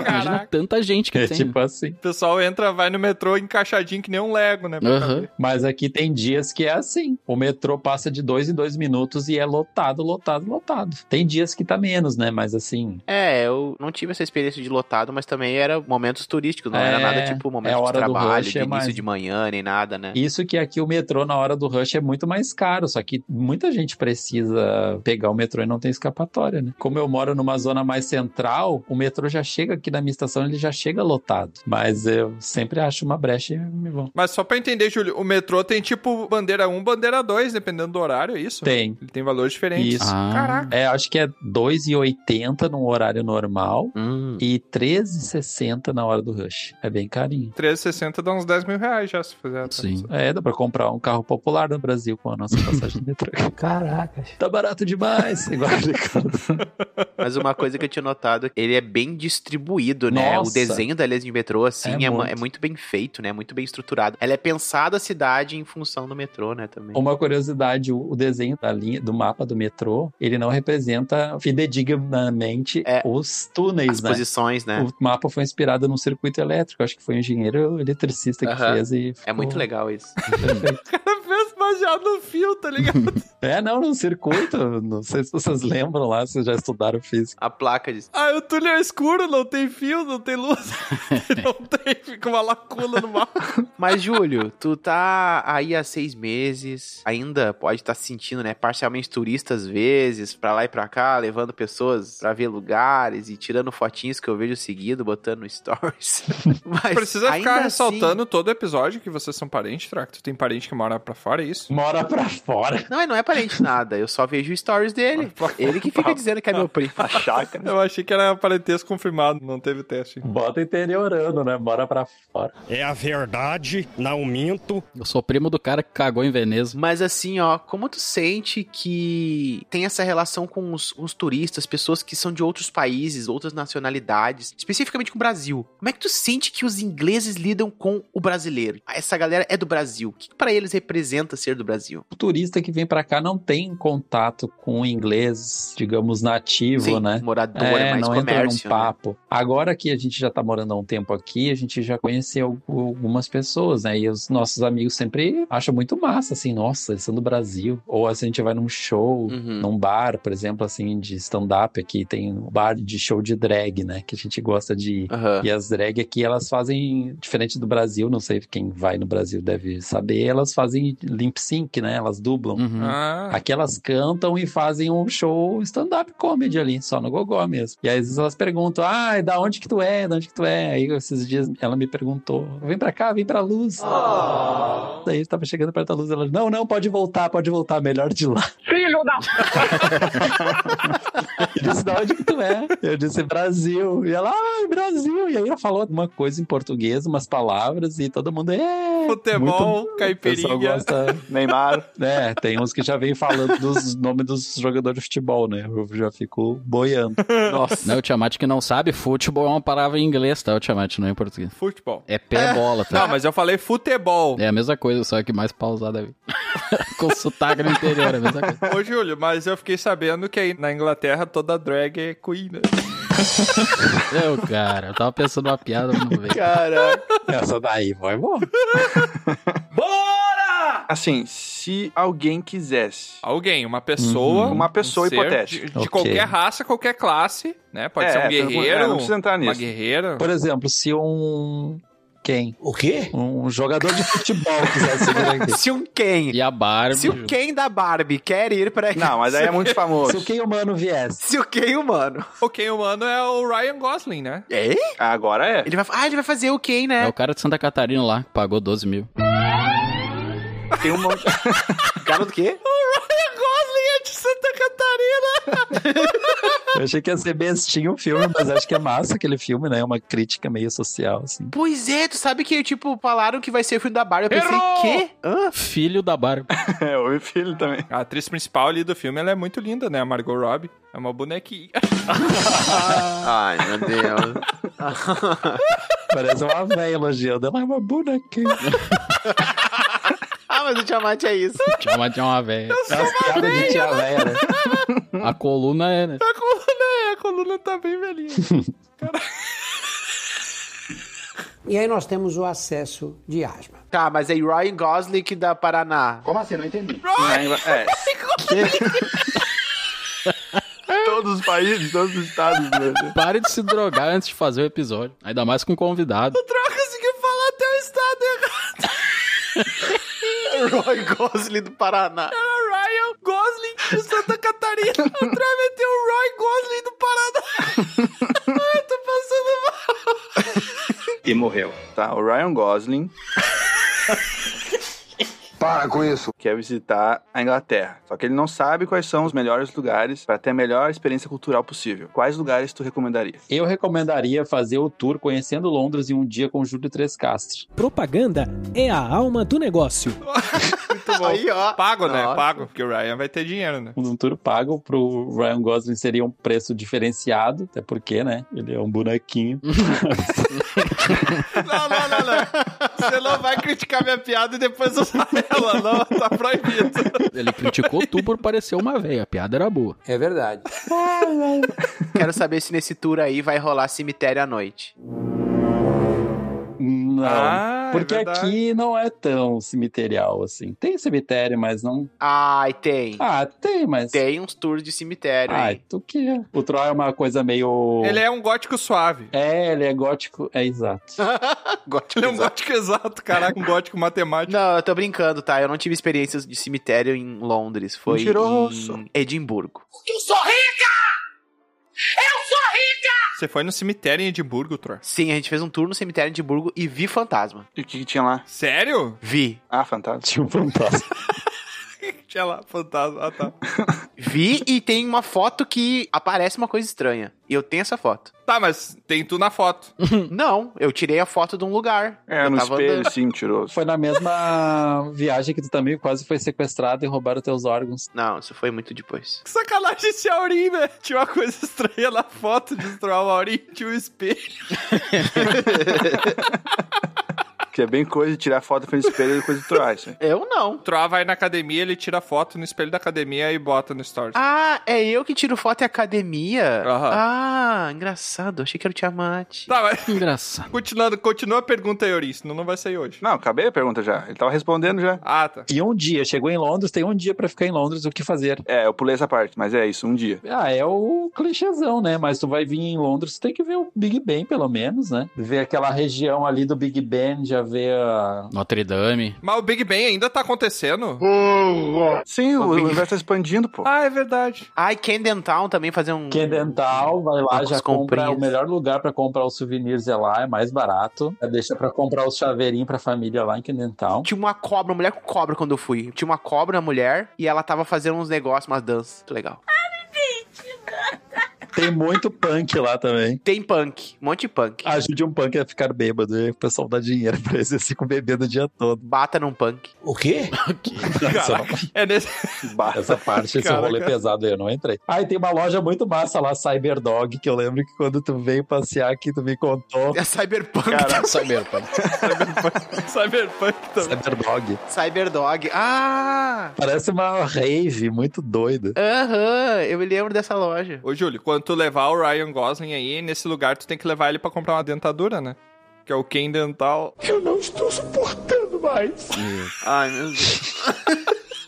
Speaker 3: Imagina tanta gente que
Speaker 2: É
Speaker 3: tem.
Speaker 2: tipo assim.
Speaker 1: O pessoal entra, vai no metrô encaixadinho que nem um Lego, né? pra
Speaker 3: Aham.
Speaker 1: caber.
Speaker 2: Mas aqui tem dias que é assim. O metrô passa de dois em dois minutos e é lotado, lotado, lotado. Tem dias que tá menos, né? Mas assim.
Speaker 4: É, eu não tive essa experiência de lotado, mas também era momentos turísticos, não
Speaker 2: É,
Speaker 4: era nada tipo
Speaker 2: é a
Speaker 4: momento de
Speaker 2: hora do
Speaker 4: trabalho,
Speaker 2: rush,
Speaker 4: de
Speaker 2: é
Speaker 4: início
Speaker 2: mais-
Speaker 4: de manhã, nem nada, né?
Speaker 2: Isso que aqui o metrô na hora do rush é muito mais caro, só que muita gente precisa pegar o metrô e não tem escapatória, né? Como eu moro numa zona mais central, o metrô já chega aqui na minha estação, ele já chega lotado. Mas eu sempre acho uma brecha e me vou.
Speaker 1: Mas só pra entender, Júlio, o metrô tem tipo bandeira 1, bandeira 2, dependendo do horário, é isso?
Speaker 2: Tem.
Speaker 1: Ele tem valores diferentes.
Speaker 2: Isso.
Speaker 3: Ah.
Speaker 1: Caraca.
Speaker 2: É, acho que é 2,80 num horário normal
Speaker 4: Hum.
Speaker 2: e 13,60 na hora do rush. É bem carinho.
Speaker 1: 13,60 dá uns 10 mil reais já, se fizer. a
Speaker 3: Sim.
Speaker 1: transação.
Speaker 2: É, dá pra comprar um carro popular no Brasil com a nossa passagem de metrô.
Speaker 13: Caracas.
Speaker 2: Tá barato demais, igual o Ricardo.
Speaker 4: Mas uma coisa que eu tinha notado, ele é bem distribuído, né?
Speaker 2: Nossa.
Speaker 4: O desenho da linha de metrô, assim,
Speaker 2: É
Speaker 4: é, mu- é
Speaker 2: muito.
Speaker 4: muito. bem feito, né? Muito bem estruturado. Ela é pensada a cidade em função do metrô, né, também.
Speaker 2: Uma curiosidade, o o desenho da linha, do mapa do metrô, ele não representa fidedignamente
Speaker 4: É.
Speaker 2: os túneis,
Speaker 4: As
Speaker 2: né?
Speaker 4: posições, né?
Speaker 2: O mapa foi inspirado num circuito elétrico, acho que foi um engenheiro eletricista que
Speaker 4: Aham.
Speaker 2: fez e
Speaker 4: É
Speaker 2: ficou
Speaker 4: muito legal isso.
Speaker 2: perfeito.
Speaker 1: O cara fez baseado no fio, tá ligado?
Speaker 2: é, não, num circuito, não sei se vocês lembram lá, vocês já estudaram física.
Speaker 4: A placa de...
Speaker 1: Ah, o túnel é escuro, não tem fio, não tem luz. não tem, fica uma lacuna no mapa.
Speaker 4: Mas, Júlio, tu tá aí há seis meses, ainda pode estar se sentindo, né, parcialmente turista às vezes, pra lá e pra cá, levando pessoas pra ver lugares e tirando fotinhos que eu vejo seguido, botando no stories. Mas
Speaker 1: Precisa
Speaker 4: ainda
Speaker 1: ficar
Speaker 4: assim-
Speaker 1: ressaltando todo episódio que vocês são parentes, Traca. Tu tem parente que mora pra fora, é isso?
Speaker 2: Mora pra fora.
Speaker 4: Não, ele não é parente nada, eu só vejo stories dele. Ele que fica dizendo que é meu primo.
Speaker 10: Chácara.
Speaker 1: Eu achei que era parentesco confirmado, não teve teste.
Speaker 2: Bota interiorando, né? Mora pra fora.
Speaker 5: É a verdade, não minto.
Speaker 3: Eu sou primo do cara que cagou em Veneza.
Speaker 4: Mas assim, ó, como tu sente que tem essa relação com os, os turistas, pessoas que são de outros países, outras nacionalidades, especificamente com o Brasil? Como é que tu sente que os ingleses lidam com o brasileiro? Essa galera é do Brasil. O que pra eles representa ser do Brasil?
Speaker 2: O turista que vem pra cá não tem contato com o inglês, digamos, nativo, né?
Speaker 4: morador,
Speaker 2: É,
Speaker 4: é mais
Speaker 2: não
Speaker 4: comércio.
Speaker 2: entra num papo. Agora que a gente já tá morando há um tempo aqui, a gente já conheceu al- algumas pessoas, né? E os nossos amigos sempre acham muito massa, assim, nossa, eles são do Brasil. Ou assim, a gente vai num show,
Speaker 4: Uhum.
Speaker 2: num bar, por exemplo, assim, de stand-up aqui, tem um bar de show de drag, né? Que a gente gosta de ir.
Speaker 4: né? Aham.
Speaker 2: E as drag aqui, elas fazem, diferente do Brasil, não sei quem vai no Brasil deve saber, elas fazem lip sync, né? Elas dublam.
Speaker 3: Uhum.
Speaker 1: Ah,
Speaker 2: Aqui elas cantam e fazem um show stand-up comedy ali, só no gogó mesmo. E aí às vezes elas perguntam, ah, da onde que tu é? Da onde que tu é? Aí esses dias ela me perguntou, vem pra cá, vem pra luz. Daí eu tava chegando perto da luz, ela, não, não, pode voltar, pode voltar, melhor de lá.
Speaker 12: Filho da.
Speaker 2: Eu disse, da onde que tu é? Eu disse, Brasil. E ela, ah, Brasil. E aí ela falou alguma coisa em português, umas palavras, e todo mundo, é.
Speaker 1: futebol,
Speaker 2: O pessoal
Speaker 1: caipirinha.
Speaker 2: gosta
Speaker 6: Neymar.
Speaker 2: É, tem uns que já vem falando dos nomes dos jogadores de futebol, né? Eu já fico boiando.
Speaker 3: Não, o Tiamat que não sabe, futebol é uma palavra em inglês, tá? O Tiamat não é em português.
Speaker 1: Futebol.
Speaker 3: É pé-bola, tá?
Speaker 1: Não, mas eu falei futebol.
Speaker 3: É a mesma coisa, só que mais pausada. viu? Com sotaque no interior, é a mesma coisa.
Speaker 1: Ô, Júlio, mas eu fiquei sabendo que aí na Inglaterra toda drag é queen, né?
Speaker 3: Eu, cara, eu tava pensando numa piada, mas não veio.
Speaker 4: Caraca.
Speaker 2: Essa daí vai bom.
Speaker 6: Assim, se alguém quisesse.
Speaker 1: Alguém, uma pessoa. um
Speaker 2: Uhum.
Speaker 6: Uma pessoa
Speaker 1: ser
Speaker 6: hipotética.
Speaker 1: De, de
Speaker 2: Ok.
Speaker 1: qualquer raça, qualquer classe, né? Pode
Speaker 6: É,
Speaker 1: ser um
Speaker 6: é,
Speaker 1: guerreiro,
Speaker 6: não precisa entrar
Speaker 1: uma
Speaker 6: nisso.
Speaker 1: guerreira.
Speaker 2: Por exemplo, se um Quem?
Speaker 12: O quê?
Speaker 2: Um jogador de futebol quisesse vir aqui.
Speaker 4: Se um quem.
Speaker 3: E a
Speaker 2: é
Speaker 3: Barbie.
Speaker 4: Se o quem da Barbie quer ir pra
Speaker 6: Não, mas aí é muito famoso.
Speaker 2: Se o quem humano viesse.
Speaker 4: Se o quem humano.
Speaker 1: O quem humano é o Ryan Gosling, né?
Speaker 4: É?
Speaker 6: Agora é.
Speaker 4: Ele vai, ah, ele vai fazer o quem,
Speaker 3: É
Speaker 4: né?
Speaker 3: o cara de Santa Catarina lá, que pagou 12 mil.
Speaker 6: Tem um monte.
Speaker 4: Cara do quê?
Speaker 1: Ryan Gosling é de Santa Catarina!
Speaker 2: Eu achei que ia ser bestinho o filme, mas acho que é massa aquele filme, né? É uma crítica meio social, assim.
Speaker 4: Pois é, tu sabe que, tipo, falaram que vai ser o filme da Barbie. Eu pensei,
Speaker 1: Errou!
Speaker 4: quê? Hã?
Speaker 3: Filho da Barbie.
Speaker 6: é, o meu filho também.
Speaker 1: A atriz principal ali do filme, ela é muito linda, né? A Margot Robbie. É uma bonequinha.
Speaker 4: Ai, meu Deus.
Speaker 2: Parece uma velha elogiando. Ela é uma bonequinha.
Speaker 4: ah, mas o Tiamat é isso.
Speaker 3: Chama de uma velha.
Speaker 2: As piadas de tia velha, né?
Speaker 3: A coluna é, né?
Speaker 1: A coluna é, a coluna tá bem velhinha.
Speaker 13: E aí nós temos o acesso de asma.
Speaker 4: Tá, mas é Ryan Gosling da Paraná.
Speaker 12: Como assim? Não entendi.
Speaker 6: Na Ingl- É. todos os países, todos os estados. Né?
Speaker 3: Pare de se drogar antes de fazer o episódio. Ainda mais com convidado.
Speaker 1: Troca conseguiu falar até o estado errado.
Speaker 4: Roy Gosling do Paraná.
Speaker 1: Era Ryan Gosling de Santa Catarina. Outra meteu o Roy Gosling do Paraná. Ai, eu tô passando mal.
Speaker 6: E morreu. Tá, o Ryan Gosling
Speaker 12: Para com isso.
Speaker 6: quer visitar a Inglaterra. Só que ele não sabe quais são os melhores lugares para ter a melhor experiência cultural possível. Quais lugares tu recomendaria?
Speaker 2: Eu recomendaria fazer o tour conhecendo Londres em um dia com Júlio Trescastre.
Speaker 14: Propaganda é a alma do negócio.
Speaker 1: Muito bom.
Speaker 4: Aí, ó.
Speaker 1: Pago, né?
Speaker 4: Nossa.
Speaker 1: Pago. Porque o Ryan vai ter dinheiro, né?
Speaker 2: Um tour pago pro Ryan Gosling seria um preço diferenciado, até porque, né? Ele é um bonequinho.
Speaker 1: Não, não, não, não. Você não vai criticar minha piada e depois usar ela, não. Tá proibido.
Speaker 3: Ele criticou tu por parecer uma velha. A piada era boa.
Speaker 13: É verdade.
Speaker 4: Quero saber se nesse tour aí vai rolar cemitério à noite.
Speaker 2: Não.
Speaker 1: Ah, é
Speaker 2: porque
Speaker 1: verdade.
Speaker 2: aqui não é tão cemiterial assim. Tem cemitério, mas não.
Speaker 4: Ai, tem.
Speaker 2: Ah, tem, mas.
Speaker 4: Tem uns tours de cemitério
Speaker 2: Ah,
Speaker 4: aí.
Speaker 2: tu que. O Troy é uma coisa meio.
Speaker 1: Ele é um gótico suave.
Speaker 2: É, ele é gótico. É exato.
Speaker 4: Gótico
Speaker 1: Ele é um
Speaker 4: exato.
Speaker 1: gótico exato, caraca. Um gótico matemático.
Speaker 4: Não, eu tô brincando, tá? Eu não tive experiências de cemitério em Londres. Foi
Speaker 6: Mentiroso.
Speaker 4: em Edimburgo.
Speaker 1: Você foi no cemitério em Edimburgo, Thor.
Speaker 4: Sim, a gente fez um tour no cemitério de Edimburgo e vi fantasma.
Speaker 6: E o que, que tinha lá?
Speaker 1: Sério?
Speaker 4: Vi.
Speaker 6: Ah, fantasma.
Speaker 2: Tinha um fantasma.
Speaker 1: Tinha lá, fantasma. Ah, tá.
Speaker 4: Vi e tem uma foto que aparece uma coisa estranha. E eu tenho essa foto.
Speaker 1: Tá, mas tem tu na foto.
Speaker 4: não, eu tirei a foto de um lugar.
Speaker 6: É,
Speaker 4: eu
Speaker 6: no
Speaker 4: tava
Speaker 6: espelho,
Speaker 4: andando.
Speaker 6: sim, mentiroso.
Speaker 2: Foi na mesma viagem que tu também quase foi sequestrado e roubaram teus órgãos.
Speaker 4: Não, isso foi muito depois.
Speaker 1: Que sacanagem esse Aurim, velho. Tinha uma coisa estranha na foto de estourar o Aurim, tinha um espelho.
Speaker 6: Que é bem coisa de tirar foto frente do espelho e coisa de troar, isso aí.
Speaker 4: Eu não.
Speaker 1: O Troá vai na academia, ele tira foto no espelho da academia e bota no stories.
Speaker 4: Ah, é eu que tiro foto em academia?
Speaker 1: Aham.
Speaker 4: Ah, engraçado. Achei que era o Tiamat.
Speaker 1: Tá, mas
Speaker 3: Que engraçado.
Speaker 1: continuando, continua a pergunta aí, Aurim, senão não vai sair hoje.
Speaker 6: Não, acabei a pergunta já. Ele tava respondendo já.
Speaker 1: Ah, tá.
Speaker 2: E um dia, chegou em Londres, tem um dia pra ficar em Londres, o que fazer?
Speaker 6: É, eu pulei essa parte, mas é isso, um dia.
Speaker 2: Ah, é o clichêzão, né? Mas tu vai vir em Londres, tu tem que ver o Big Ben, pelo menos, né? Ver aquela região ali do Big Ben, já ver a...
Speaker 3: Notre Dame.
Speaker 1: Mas o Big Bang ainda tá acontecendo?
Speaker 6: Sim, o universo tá expandindo, pô.
Speaker 1: Ah, é verdade.
Speaker 4: Ai, Camden Town também fazer um...
Speaker 2: Kendental, vai lá,
Speaker 4: Ah, com
Speaker 2: já
Speaker 4: as
Speaker 2: compra é
Speaker 4: comprinhas.
Speaker 2: o melhor lugar pra comprar os souvenirs é lá, é mais barato. Já Deixa pra comprar os chaveirinhos pra família lá em Kendental.
Speaker 4: Tinha uma cobra, uma mulher com cobra quando eu fui. Tinha uma cobra, uma mulher, e ela tava fazendo uns negócios, umas danças. Muito legal.
Speaker 2: Tem muito punk lá também.
Speaker 4: Tem punk, um monte de punk.
Speaker 2: Ajude um punk a ficar bêbado, e o pessoal dá dinheiro pra eles, eles ficam bebendo o dia todo.
Speaker 4: Bata num punk.
Speaker 12: O quê?
Speaker 1: Caraca, é nesse...
Speaker 6: Basta.
Speaker 2: Essa parte, esse
Speaker 1: Caraca.
Speaker 2: rolê pesado aí, eu não entrei. Ah, e tem uma loja muito massa lá, Cyberdog, que eu lembro que quando tu veio passear aqui, tu me contou.
Speaker 4: É cyberpunk.
Speaker 3: Cyberpunk.
Speaker 1: Cyberpunk, Cyberpunk também.
Speaker 2: Cyberdog.
Speaker 4: Cyberdog. Ah!
Speaker 2: Parece uma rave muito doida.
Speaker 4: Aham, eu me lembro dessa loja.
Speaker 1: Ô, Júlio, quando tu levar o Ryan Gosling aí, nesse lugar tu tem que levar ele pra comprar uma dentadura, né? Que é o Ken Dental.
Speaker 12: Eu não estou suportando mais.
Speaker 4: Ai, meu Deus.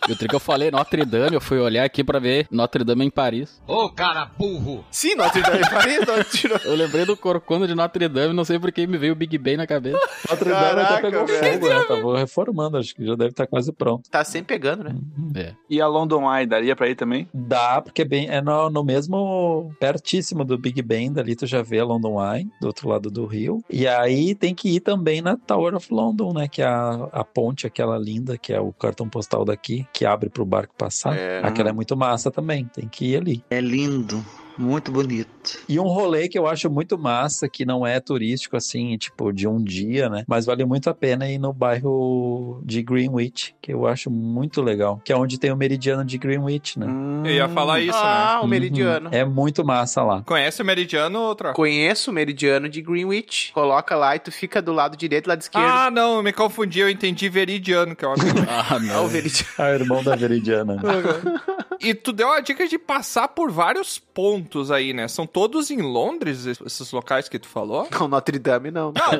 Speaker 3: E o tri que eu falei, Notre Dame, eu fui olhar aqui pra ver Notre Dame em Paris.
Speaker 7: Ô, cara burro!
Speaker 4: Sim, Notre Dame em Paris,
Speaker 3: Eu lembrei do corcunda de Notre Dame, não sei por que me veio o Big Ben na cabeça.
Speaker 2: Notre Dame até pegou fogo, né? Tava reformando, acho que já deve estar quase pronto.
Speaker 4: Tá sempre pegando, né?
Speaker 3: É.
Speaker 6: E a London Eye, daria pra ir também?
Speaker 2: Dá, porque é bem, é no, no mesmo, pertíssimo do Big Ben, dali tu já vê a London Eye, do outro lado do rio. E aí tem que ir também na Tower of London, né? Que é a, a ponte, aquela linda, que é o cartão postal daqui, que abre pro barco passar.
Speaker 4: É.
Speaker 2: Aquela é muito massa também, tem que ir ali.
Speaker 15: É lindo, muito bonito.
Speaker 2: E um rolê que eu acho muito massa, que não é turístico assim, tipo de um dia, né? Mas vale muito a pena ir no bairro de Greenwich, que eu acho muito legal, que é onde tem o meridiano de Greenwich, né?
Speaker 6: Hum.
Speaker 1: Eu ia falar isso,
Speaker 4: ah,
Speaker 1: né?
Speaker 4: o Meridiano.
Speaker 2: É muito massa lá.
Speaker 1: Conhece o Meridiano, outra?
Speaker 4: É. Conheço o Meridiano de Greenwich. Coloca lá e tu fica do lado direito, lado esquerdo.
Speaker 1: Ah, não, me confundi, eu entendi Veridiano, que é o amigo.
Speaker 3: Ah,
Speaker 4: É o
Speaker 3: não.
Speaker 4: Meridiano.
Speaker 2: Ah, irmão da Veridiana. né?
Speaker 1: e tu deu a dica de passar por vários pontos aí, né? São todos em Londres, es- esses locais que tu falou?
Speaker 4: Não, Notre Dame não.
Speaker 1: Não,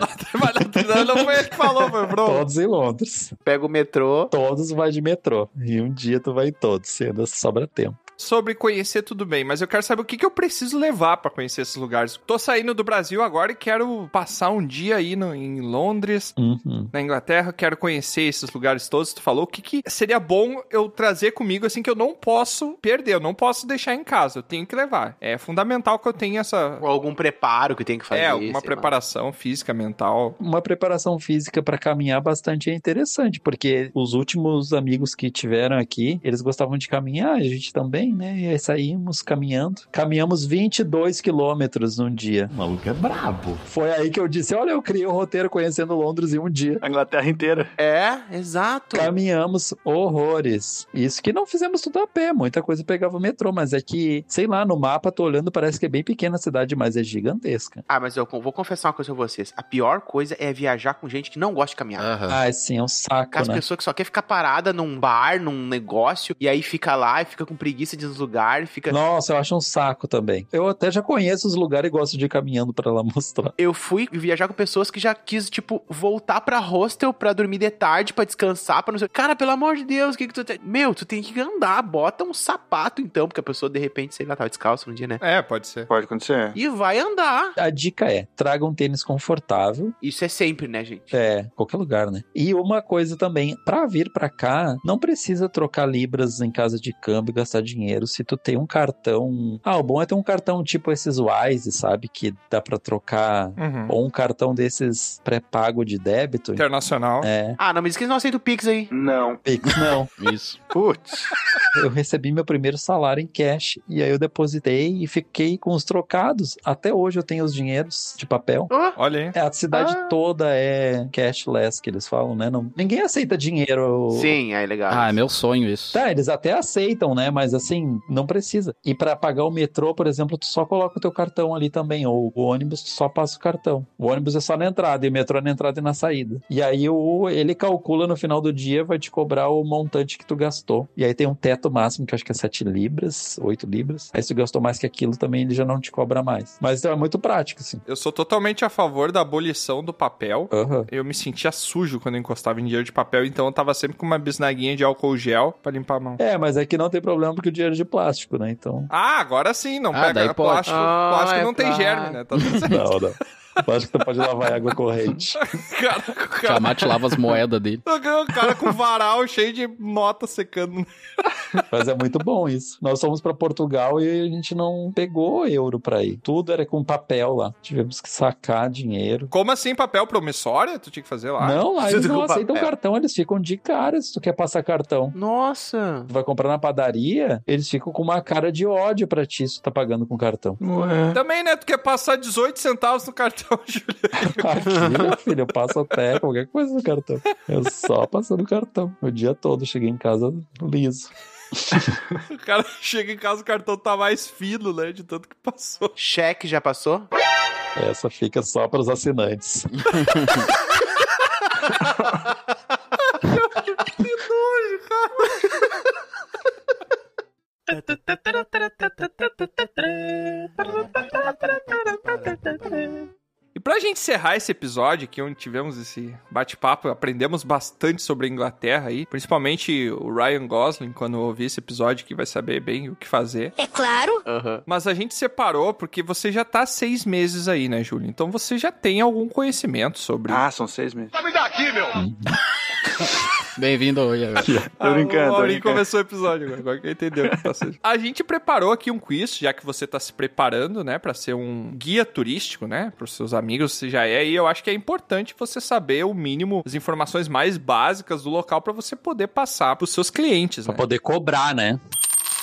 Speaker 1: mas Notre Dame não foi ele que falou, foi o Bruno.
Speaker 2: Todos em Londres.
Speaker 4: Pega o metrô.
Speaker 2: Todos vai de metrô. E um dia tu vai em todos, se ainda sobra tempo.
Speaker 1: Sobre conhecer tudo bem, mas eu quero saber o que, que eu preciso levar pra conhecer esses lugares. Tô saindo do Brasil agora e quero passar um dia aí no- em Londres,
Speaker 2: Uhum.
Speaker 1: na Inglaterra, quero conhecer esses lugares todos. Tu falou o que, que seria bom eu trazer comigo, assim, que eu não posso perder, eu não posso deixar em casa, eu tenho que levar. É fundamental que eu tenha essa.
Speaker 4: Ou algum preparo que tem que fazer.
Speaker 1: é, alguma
Speaker 4: sei lá.
Speaker 1: preparação física, mental.
Speaker 2: uma preparação física para caminhar bastante é interessante, porque os últimos amigos que tiveram aqui, eles gostavam de caminhar, a gente também, né? E aí saímos caminhando. Caminhamos 22 quilômetros num dia.
Speaker 10: O maluco é brabo.
Speaker 2: Foi aí que eu disse: olha, eu criei um roteiro conhecendo Londres em um dia.
Speaker 6: A Inglaterra inteira.
Speaker 4: É, exato.
Speaker 2: Caminhamos horrores. Isso que não fizemos tudo a pé, muita coisa pegava o metrô, mas é que, sei lá, no mapa tô olhando, parece que é bem pequena a cidade, mas é gigantesca.
Speaker 4: Ah, mas eu con- vou confessar uma coisa pra vocês. A pior coisa é viajar com gente que não gosta de caminhar.
Speaker 3: Aham.
Speaker 2: Ah, sim, é um saco,
Speaker 4: Aquelas
Speaker 2: né?
Speaker 4: pessoas que só quer ficar parada num bar, num negócio, e aí fica lá e fica com preguiça de lugar, fica.
Speaker 2: Nossa, eu acho um saco também. Eu até já conheço os lugares e gosto de ir caminhando pra lá mostrar.
Speaker 4: Eu fui viajar com pessoas que já quis, tipo, voltar pra hostel pra dormir de tarde, pra descansar, pra não sei. Cara, pelo amor de Deus, o que que tu. Te... Meu, tu tem que andar, bota um sapato então, porque a pessoa de repente, sei lá, tava descalço um dia, né?
Speaker 1: É, pode ser.
Speaker 6: Pode acontecer.
Speaker 4: E vai andar.
Speaker 2: A dica é: traga um tênis confortável.
Speaker 4: Isso é sempre, né, gente?
Speaker 2: É, qualquer lugar, né? E uma coisa também, pra vir pra cá, não precisa trocar libras em casa de câmbio, gastar dinheiro se tu tem um cartão. Ah, o bom é ter um cartão tipo esses Wise, sabe? Que dá pra trocar.
Speaker 1: Uhum.
Speaker 2: Ou um cartão desses pré-pago de débito.
Speaker 1: Internacional.
Speaker 2: É.
Speaker 4: Ah, não, me diz que eles não aceitam o Pix aí.
Speaker 6: Não.
Speaker 2: Pix, não.
Speaker 3: Ah, Isso.
Speaker 6: Putz.
Speaker 2: Eu recebi meu primeiro salário em cash e aí eu depositei e fiquei com os trocados. Até hoje eu tenho os dinheiros de papel.
Speaker 4: Ah,
Speaker 1: Olha aí.
Speaker 2: É, A cidade toda é cashless, que eles falam, né? Não, ninguém aceita dinheiro.
Speaker 4: Sim, aí legal.
Speaker 3: Ah, é meu sonho isso.
Speaker 2: Tá, eles até aceitam, né? Mas assim, não precisa. E pra pagar o metrô, por exemplo, tu só coloca o teu cartão ali também, ou o ônibus, tu só passa o cartão. O ônibus é só na entrada, e o metrô é na entrada e na saída. E aí o, ele calcula no final do dia, vai te cobrar o montante que tu gastou. E aí tem um teto máximo, que eu acho que é 7 libras, 8 libras. Aí se tu gastou mais que aquilo, também ele já não te cobra mais. Mas então é muito prático, assim.
Speaker 1: Eu sou totalmente a favor da abolição do papel.
Speaker 2: Aham.
Speaker 1: Eu me sentia sujo quando eu encostava em dinheiro de papel, então eu tava sempre com uma bisnaguinha de álcool gel pra limpar a mão.
Speaker 2: É, mas aqui não tem problema porque o dinheiro é de plástico, né? Então.
Speaker 1: Ah, agora sim, não
Speaker 3: Ah,
Speaker 1: pega
Speaker 3: daí pode.
Speaker 1: plástico.
Speaker 4: Ah,
Speaker 1: plástico
Speaker 4: é
Speaker 1: não tem
Speaker 4: claro.
Speaker 1: germe, né? Tá tudo certo.
Speaker 2: Não, não. O Plástico tu pode lavar em água corrente.
Speaker 1: Caraca, o cara,
Speaker 3: Chamate lava as moedas dele.
Speaker 1: o um cara com varal cheio de nota secando.
Speaker 2: Mas é muito bom isso. Nós fomos pra Portugal e a gente não pegou euro pra ir. Tudo era com papel lá. Tivemos que sacar dinheiro.
Speaker 1: Como assim, papel promissório? Tu tinha que fazer lá.
Speaker 2: Não, lá eles
Speaker 4: tudo
Speaker 2: não
Speaker 4: com
Speaker 2: aceitam
Speaker 4: papel.
Speaker 2: cartão, eles ficam de cara se tu quer passar cartão.
Speaker 4: Nossa.
Speaker 2: Tu vai comprar na padaria, eles ficam com uma cara de ódio pra ti se tu tá pagando com cartão.
Speaker 6: Ué.
Speaker 1: Também, né? Tu quer passar 18 centavos no cartão, Júlio.
Speaker 2: Aqui, meu filho, eu passo até qualquer coisa no cartão. Eu só passando cartão. O dia todo, cheguei em casa liso.
Speaker 1: O cara chega em casa, o cartão tá mais fino, né? De tanto que passou.
Speaker 4: Cheque já passou?
Speaker 2: Essa fica só pros assinantes.
Speaker 1: E pra gente encerrar esse episódio aqui, onde tivemos esse bate-papo, aprendemos bastante sobre a Inglaterra aí, principalmente o Ryan Gosling, quando ouvir esse episódio, que vai saber bem o que fazer.
Speaker 9: É claro.
Speaker 1: Mas a gente separou porque você já tá seis meses aí, né, Júlio? Então você já tem algum conhecimento sobre.
Speaker 6: Ah, são seis meses.
Speaker 7: Tá me daqui, meu!
Speaker 3: Bem-vindo hoje.
Speaker 1: Ah, O Maurinho começou o episódio agora, agora que eu entendeu o que tá sendo. A gente preparou aqui um quiz, já que você tá se preparando, né, Pra ser um guia turístico, né, pros seus amigos, você já é, e eu acho que é importante você saber o mínimo, as informações mais básicas do local pra você poder passar pros seus clientes, né?
Speaker 2: Pra poder cobrar, né?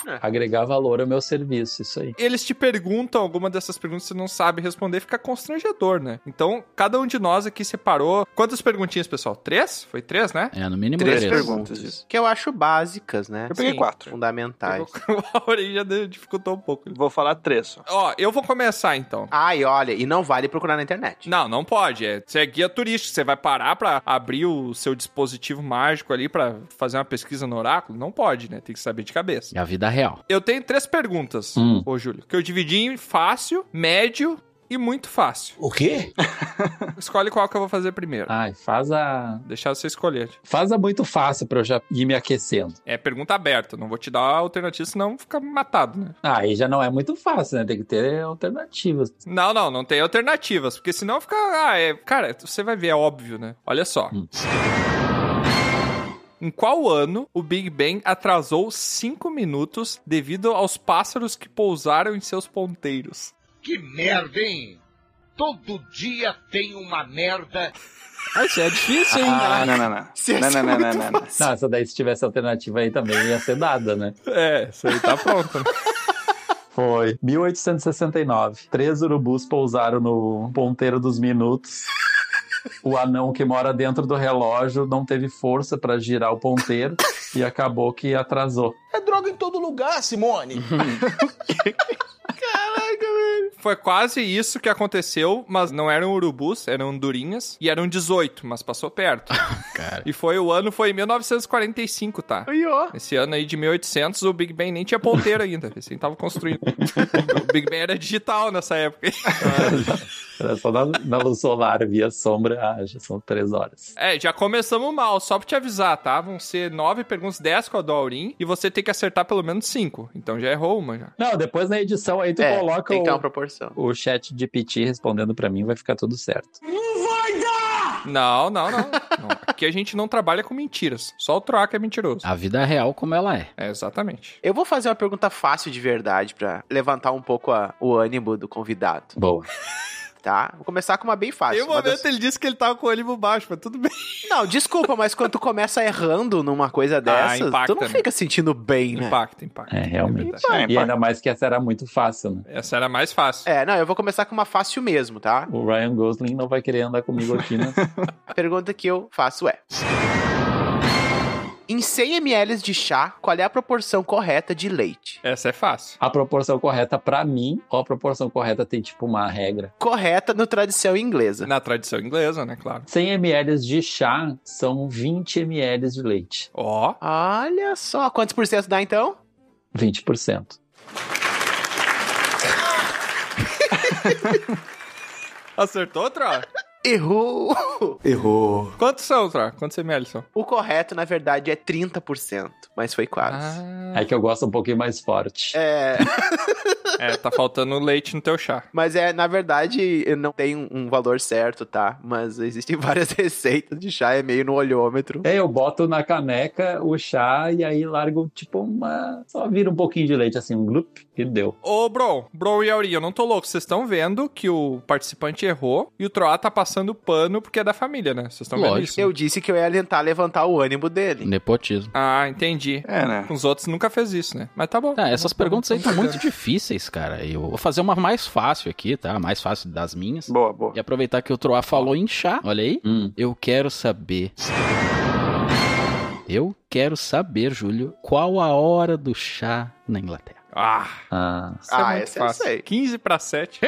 Speaker 4: É.
Speaker 2: Agregar valor ao meu serviço, isso aí.
Speaker 1: Eles te perguntam alguma dessas perguntas que você não sabe responder, fica constrangedor, né? Então, cada um de nós aqui separou. Quantas perguntinhas, pessoal? Três? Foi três, né?
Speaker 3: É, no mínimo
Speaker 4: Três
Speaker 3: três.
Speaker 4: perguntas, Que eu acho básicas, né?
Speaker 6: Eu peguei quatro.
Speaker 4: Fundamentais.
Speaker 1: A orelha já deu- dificultou um pouco.
Speaker 6: Vou falar três só.
Speaker 1: Ó, eu vou começar então.
Speaker 4: Ai, olha, e não vale procurar na internet.
Speaker 1: Não, não pode. É, você é guia turístico, você vai parar pra abrir o seu dispositivo mágico ali pra fazer uma pesquisa no oráculo? Não pode, né? Tem que saber de cabeça.
Speaker 3: É a vida real.
Speaker 1: Eu tenho três perguntas,
Speaker 14: Hum.
Speaker 1: ô Júlio, que eu dividi em fácil, médio e muito fácil.
Speaker 14: O quê? Ah.
Speaker 1: Escolhe qual que eu vou fazer primeiro.
Speaker 2: Ai, faz a.
Speaker 1: Deixar você escolher.
Speaker 2: Faz a muito fácil pra eu já ir me aquecendo.
Speaker 1: É pergunta aberta, não vou te dar alternativa, senão fica matado, né?
Speaker 2: Ah, Aí já não é muito fácil, né? Tem que ter alternativas.
Speaker 1: Não, não, não tem alternativas, porque senão fica. Ah, é. Cara, você vai ver, é óbvio, né? Olha só. Em qual ano o Big Bang atrasou 5 minutos devido aos pássaros que pousaram em seus ponteiros?
Speaker 7: Que merda, hein? Todo dia tem uma merda.
Speaker 3: Ah, isso é difícil, hein?
Speaker 6: Ah, não, não, não.
Speaker 4: Se
Speaker 6: Não,
Speaker 4: essa
Speaker 6: não,
Speaker 4: é
Speaker 6: não, não,
Speaker 4: muito
Speaker 6: não, não.
Speaker 4: fácil.
Speaker 2: Nossa, daí se tivesse alternativa aí também ia ser dada, né?
Speaker 1: É, isso aí tá pronto. né?
Speaker 2: Foi. 1869. Três urubus pousaram no ponteiro dos minutos. O anão que mora dentro do relógio não teve força pra girar o ponteiro e acabou que atrasou.
Speaker 14: É droga em todo lugar, Simone.
Speaker 1: Foi quase isso que aconteceu, mas não eram urubus, eram durinhas. E eram 18, mas passou perto.
Speaker 3: Cara.
Speaker 1: E foi o ano, foi em 1945, tá?
Speaker 4: Aí, ó.
Speaker 1: Esse ano aí de 1800, o Big Bang nem tinha ponteiro ainda. Assim, tava construindo. o Big Bang era digital nessa época.
Speaker 2: Era só na, na luz solar, via sombra. Ah, já são três horas.
Speaker 1: É, já começamos mal, só pra te avisar, tá? Vão ser nove perguntas, dez com a do Aurim, e você tem que acertar pelo menos cinco. Então já errou uma já.
Speaker 2: Não, depois na edição aí tu
Speaker 4: É,
Speaker 2: coloca
Speaker 4: tem que ter uma
Speaker 2: o,
Speaker 4: proporção.
Speaker 2: o chat de PT respondendo pra mim, vai ficar tudo certo.
Speaker 1: Não, não, não. não. Aqui a gente não trabalha com mentiras. Só o troca é mentiroso.
Speaker 3: A vida real como ela é.
Speaker 1: É, exatamente.
Speaker 4: Eu vou fazer uma pergunta fácil de verdade pra levantar um pouco a- o ânimo do convidado,
Speaker 2: Boa.
Speaker 4: tá? Vou começar com uma bem fácil.
Speaker 1: Em um
Speaker 4: uma das-
Speaker 1: momento ele disse que ele tava com o ânimo baixo, mas tudo bem.
Speaker 4: Não, desculpa, mas quando tu começa errando numa coisa dessas,
Speaker 1: impacta,
Speaker 4: tu não
Speaker 1: né?
Speaker 4: fica sentindo bem, né?
Speaker 1: Impacta, impacta.
Speaker 2: É, realmente.
Speaker 1: verdade.
Speaker 6: É,
Speaker 2: E
Speaker 6: pá.
Speaker 2: ainda mais que essa era muito fácil, né?
Speaker 1: Essa era mais fácil.
Speaker 4: É, não, eu vou começar com uma fácil mesmo, tá?
Speaker 2: O Ryan Gosling não vai querer andar comigo aqui, né?
Speaker 4: A pergunta que eu faço é: Em 100 ml de chá, qual é a proporção correta de leite?
Speaker 1: Essa é fácil.
Speaker 2: a proporção correta pra mim, ou a proporção correta tem tipo uma regra.
Speaker 4: Correta no tradição inglesa.
Speaker 1: Na tradição inglesa, né, claro.
Speaker 2: 100 ml de chá são 20 ml de leite.
Speaker 1: Ó,
Speaker 4: Olha só, quantos por cento dá então?
Speaker 2: 20%.
Speaker 1: acertou, Troca?
Speaker 4: Errou!
Speaker 1: Quantos são, Troca? Quantos ml são?
Speaker 4: O correto, na verdade, é 30%, mas foi quase.
Speaker 1: Ah.
Speaker 2: É que eu gosto um pouquinho mais forte.
Speaker 4: É,
Speaker 1: É, tá faltando leite no teu chá.
Speaker 4: mas é, na verdade, eu não tem um- um valor certo, tá? Mas existem várias receitas de chá, é meio no olhômetro.
Speaker 2: É, eu boto na caneca o chá e aí largo tipo uma. Só vira um pouquinho de leite assim, um glup, e deu.
Speaker 1: Ô, Bron, Bron e Aurinha, eu não tô louco. Vocês estão vendo que o participante errou e o Troá tá passando pano porque é da família, né? Vocês estão vendo
Speaker 3: Lógico.
Speaker 1: isso?
Speaker 4: Eu disse que eu ia tentar levantar o ânimo dele.
Speaker 3: Nepotismo.
Speaker 1: Ah, entendi.
Speaker 6: É, né?
Speaker 1: Com Os outros nunca fez isso, né? Mas tá bom.
Speaker 3: Tá, essas perguntas aí estão
Speaker 1: Vamos
Speaker 3: muito difíceis, cara. Eu vou fazer uma mais fácil aqui, tá? A mais fácil das minhas.
Speaker 6: Boa, boa.
Speaker 3: E aproveitar que o Troá falou em chá, olha aí.
Speaker 2: Hum.
Speaker 3: Eu quero saber. Eu quero saber, Júlio, qual a hora do chá na Inglaterra?
Speaker 1: Ah,
Speaker 2: Ah.
Speaker 1: isso
Speaker 4: Ah,
Speaker 1: é muito
Speaker 4: essa eu
Speaker 1: fácil.
Speaker 4: sei.
Speaker 1: 15 pra 7.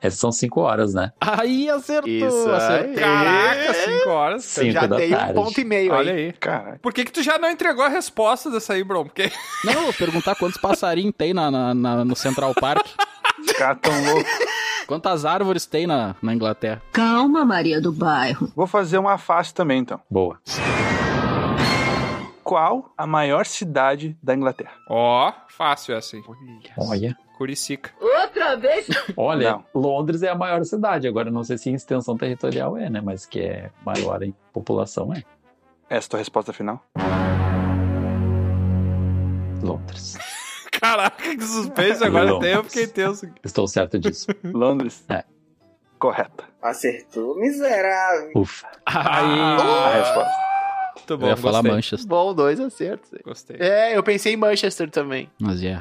Speaker 2: Essas são 5 horas, né?
Speaker 3: Aí acertou,
Speaker 4: Isso aí.
Speaker 3: acertou.
Speaker 1: Caraca, 5 horas.
Speaker 2: Sim.
Speaker 4: Já
Speaker 2: Cinco da
Speaker 4: dei um
Speaker 2: tarde.
Speaker 4: ponto e meio
Speaker 1: Olha
Speaker 4: aí.
Speaker 1: aí.
Speaker 6: Caralho.
Speaker 1: Por que que tu já não entregou a resposta dessa aí, Bron? Porque
Speaker 3: Não, eu vou perguntar quantos passarinhos tem na, na- na- no Central Park.
Speaker 6: Os caras é tão loucos.
Speaker 3: Quantas árvores tem na, na Inglaterra?
Speaker 9: Tá Calma, Maria do Bairro.
Speaker 6: Vou fazer uma face também, então.
Speaker 2: Boa.
Speaker 6: Qual a maior cidade da Inglaterra?
Speaker 1: Ó, fácil essa aí.
Speaker 2: Olha.
Speaker 1: Curicica.
Speaker 9: Outra vez?
Speaker 2: Olha, Londres é a maior cidade. Agora, eu não sei se em extensão territorial é, né? Mas que é maior em população é.
Speaker 6: Essa é a tua resposta final?
Speaker 2: Londres.
Speaker 1: Caraca, que suspense agora
Speaker 2: Londres.
Speaker 1: até eu fiquei tenso. aqui.
Speaker 2: Estou certo disso.
Speaker 6: Londres?
Speaker 2: É.
Speaker 6: Correta.
Speaker 16: Acertou, miserável.
Speaker 2: Ufa.
Speaker 6: A
Speaker 3: Aí.
Speaker 6: resposta.
Speaker 1: Ah, Muito bom,
Speaker 3: Eu ia falar
Speaker 1: gostei.
Speaker 3: Manchester,
Speaker 4: Bom, dois acertos. aí.
Speaker 1: Gostei.
Speaker 4: É, eu pensei em Manchester também.
Speaker 3: mas é.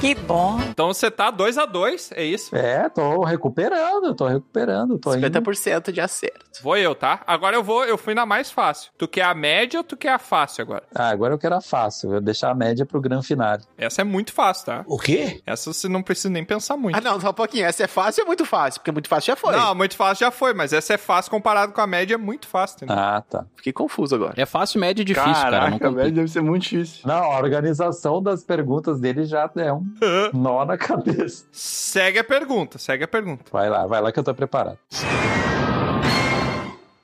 Speaker 9: Que bom.
Speaker 1: Então você tá 2 a 2 é isso?
Speaker 2: É, tô recuperando, tô recuperando, tô indo.
Speaker 4: 50% de acerto.
Speaker 1: Vou eu, tá? Agora eu vou, eu fui na mais fácil. Tu quer a média ou tu quer a fácil agora?
Speaker 2: Ah, agora eu quero a fácil, vou deixar a média pro grande final.
Speaker 1: Essa é muito fácil, tá?
Speaker 14: O quê?
Speaker 1: Essa você não precisa nem pensar muito.
Speaker 4: Ah, não, só um pouquinho. Essa é fácil é muito fácil? Porque muito fácil já foi.
Speaker 1: Não, muito fácil já foi, mas essa é fácil comparado com a média, é muito fácil. Entendeu?
Speaker 2: Ah, tá.
Speaker 4: Fiquei confuso agora.
Speaker 3: É fácil, médio e difícil, cara. Não
Speaker 6: Caraca,
Speaker 3: complica.
Speaker 6: velho, deve ser muito difícil.
Speaker 2: Não, a organização das perguntas dele já é um nó na
Speaker 14: Ah.
Speaker 2: cabeça.
Speaker 1: Segue a pergunta, segue a pergunta.
Speaker 2: Vai lá, vai lá que eu tô preparado.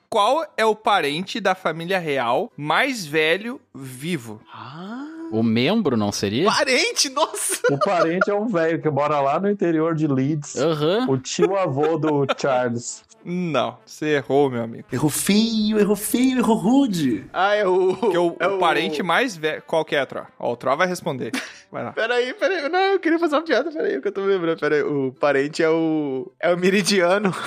Speaker 1: Qual é o parente da família real mais velho vivo?
Speaker 4: Ah,
Speaker 3: O membro não seria?
Speaker 4: parente, nossa!
Speaker 2: O parente é um velho que mora lá no interior de Leeds.
Speaker 3: Aham.
Speaker 2: O tio avô do Charles.
Speaker 1: Não, você errou, meu amigo.
Speaker 16: Errou feio, errou feio, errou rude.
Speaker 4: Ah, é o.
Speaker 1: Porque o,
Speaker 4: é
Speaker 1: o parente mais velho. Qual que é, Tro? Ó, o Tro vai responder. Vai lá.
Speaker 4: Peraí, peraí. Não, eu queria fazer uma piada, peraí, que eu tô me lembrando. Peraí, o parente é o. É o meridiano.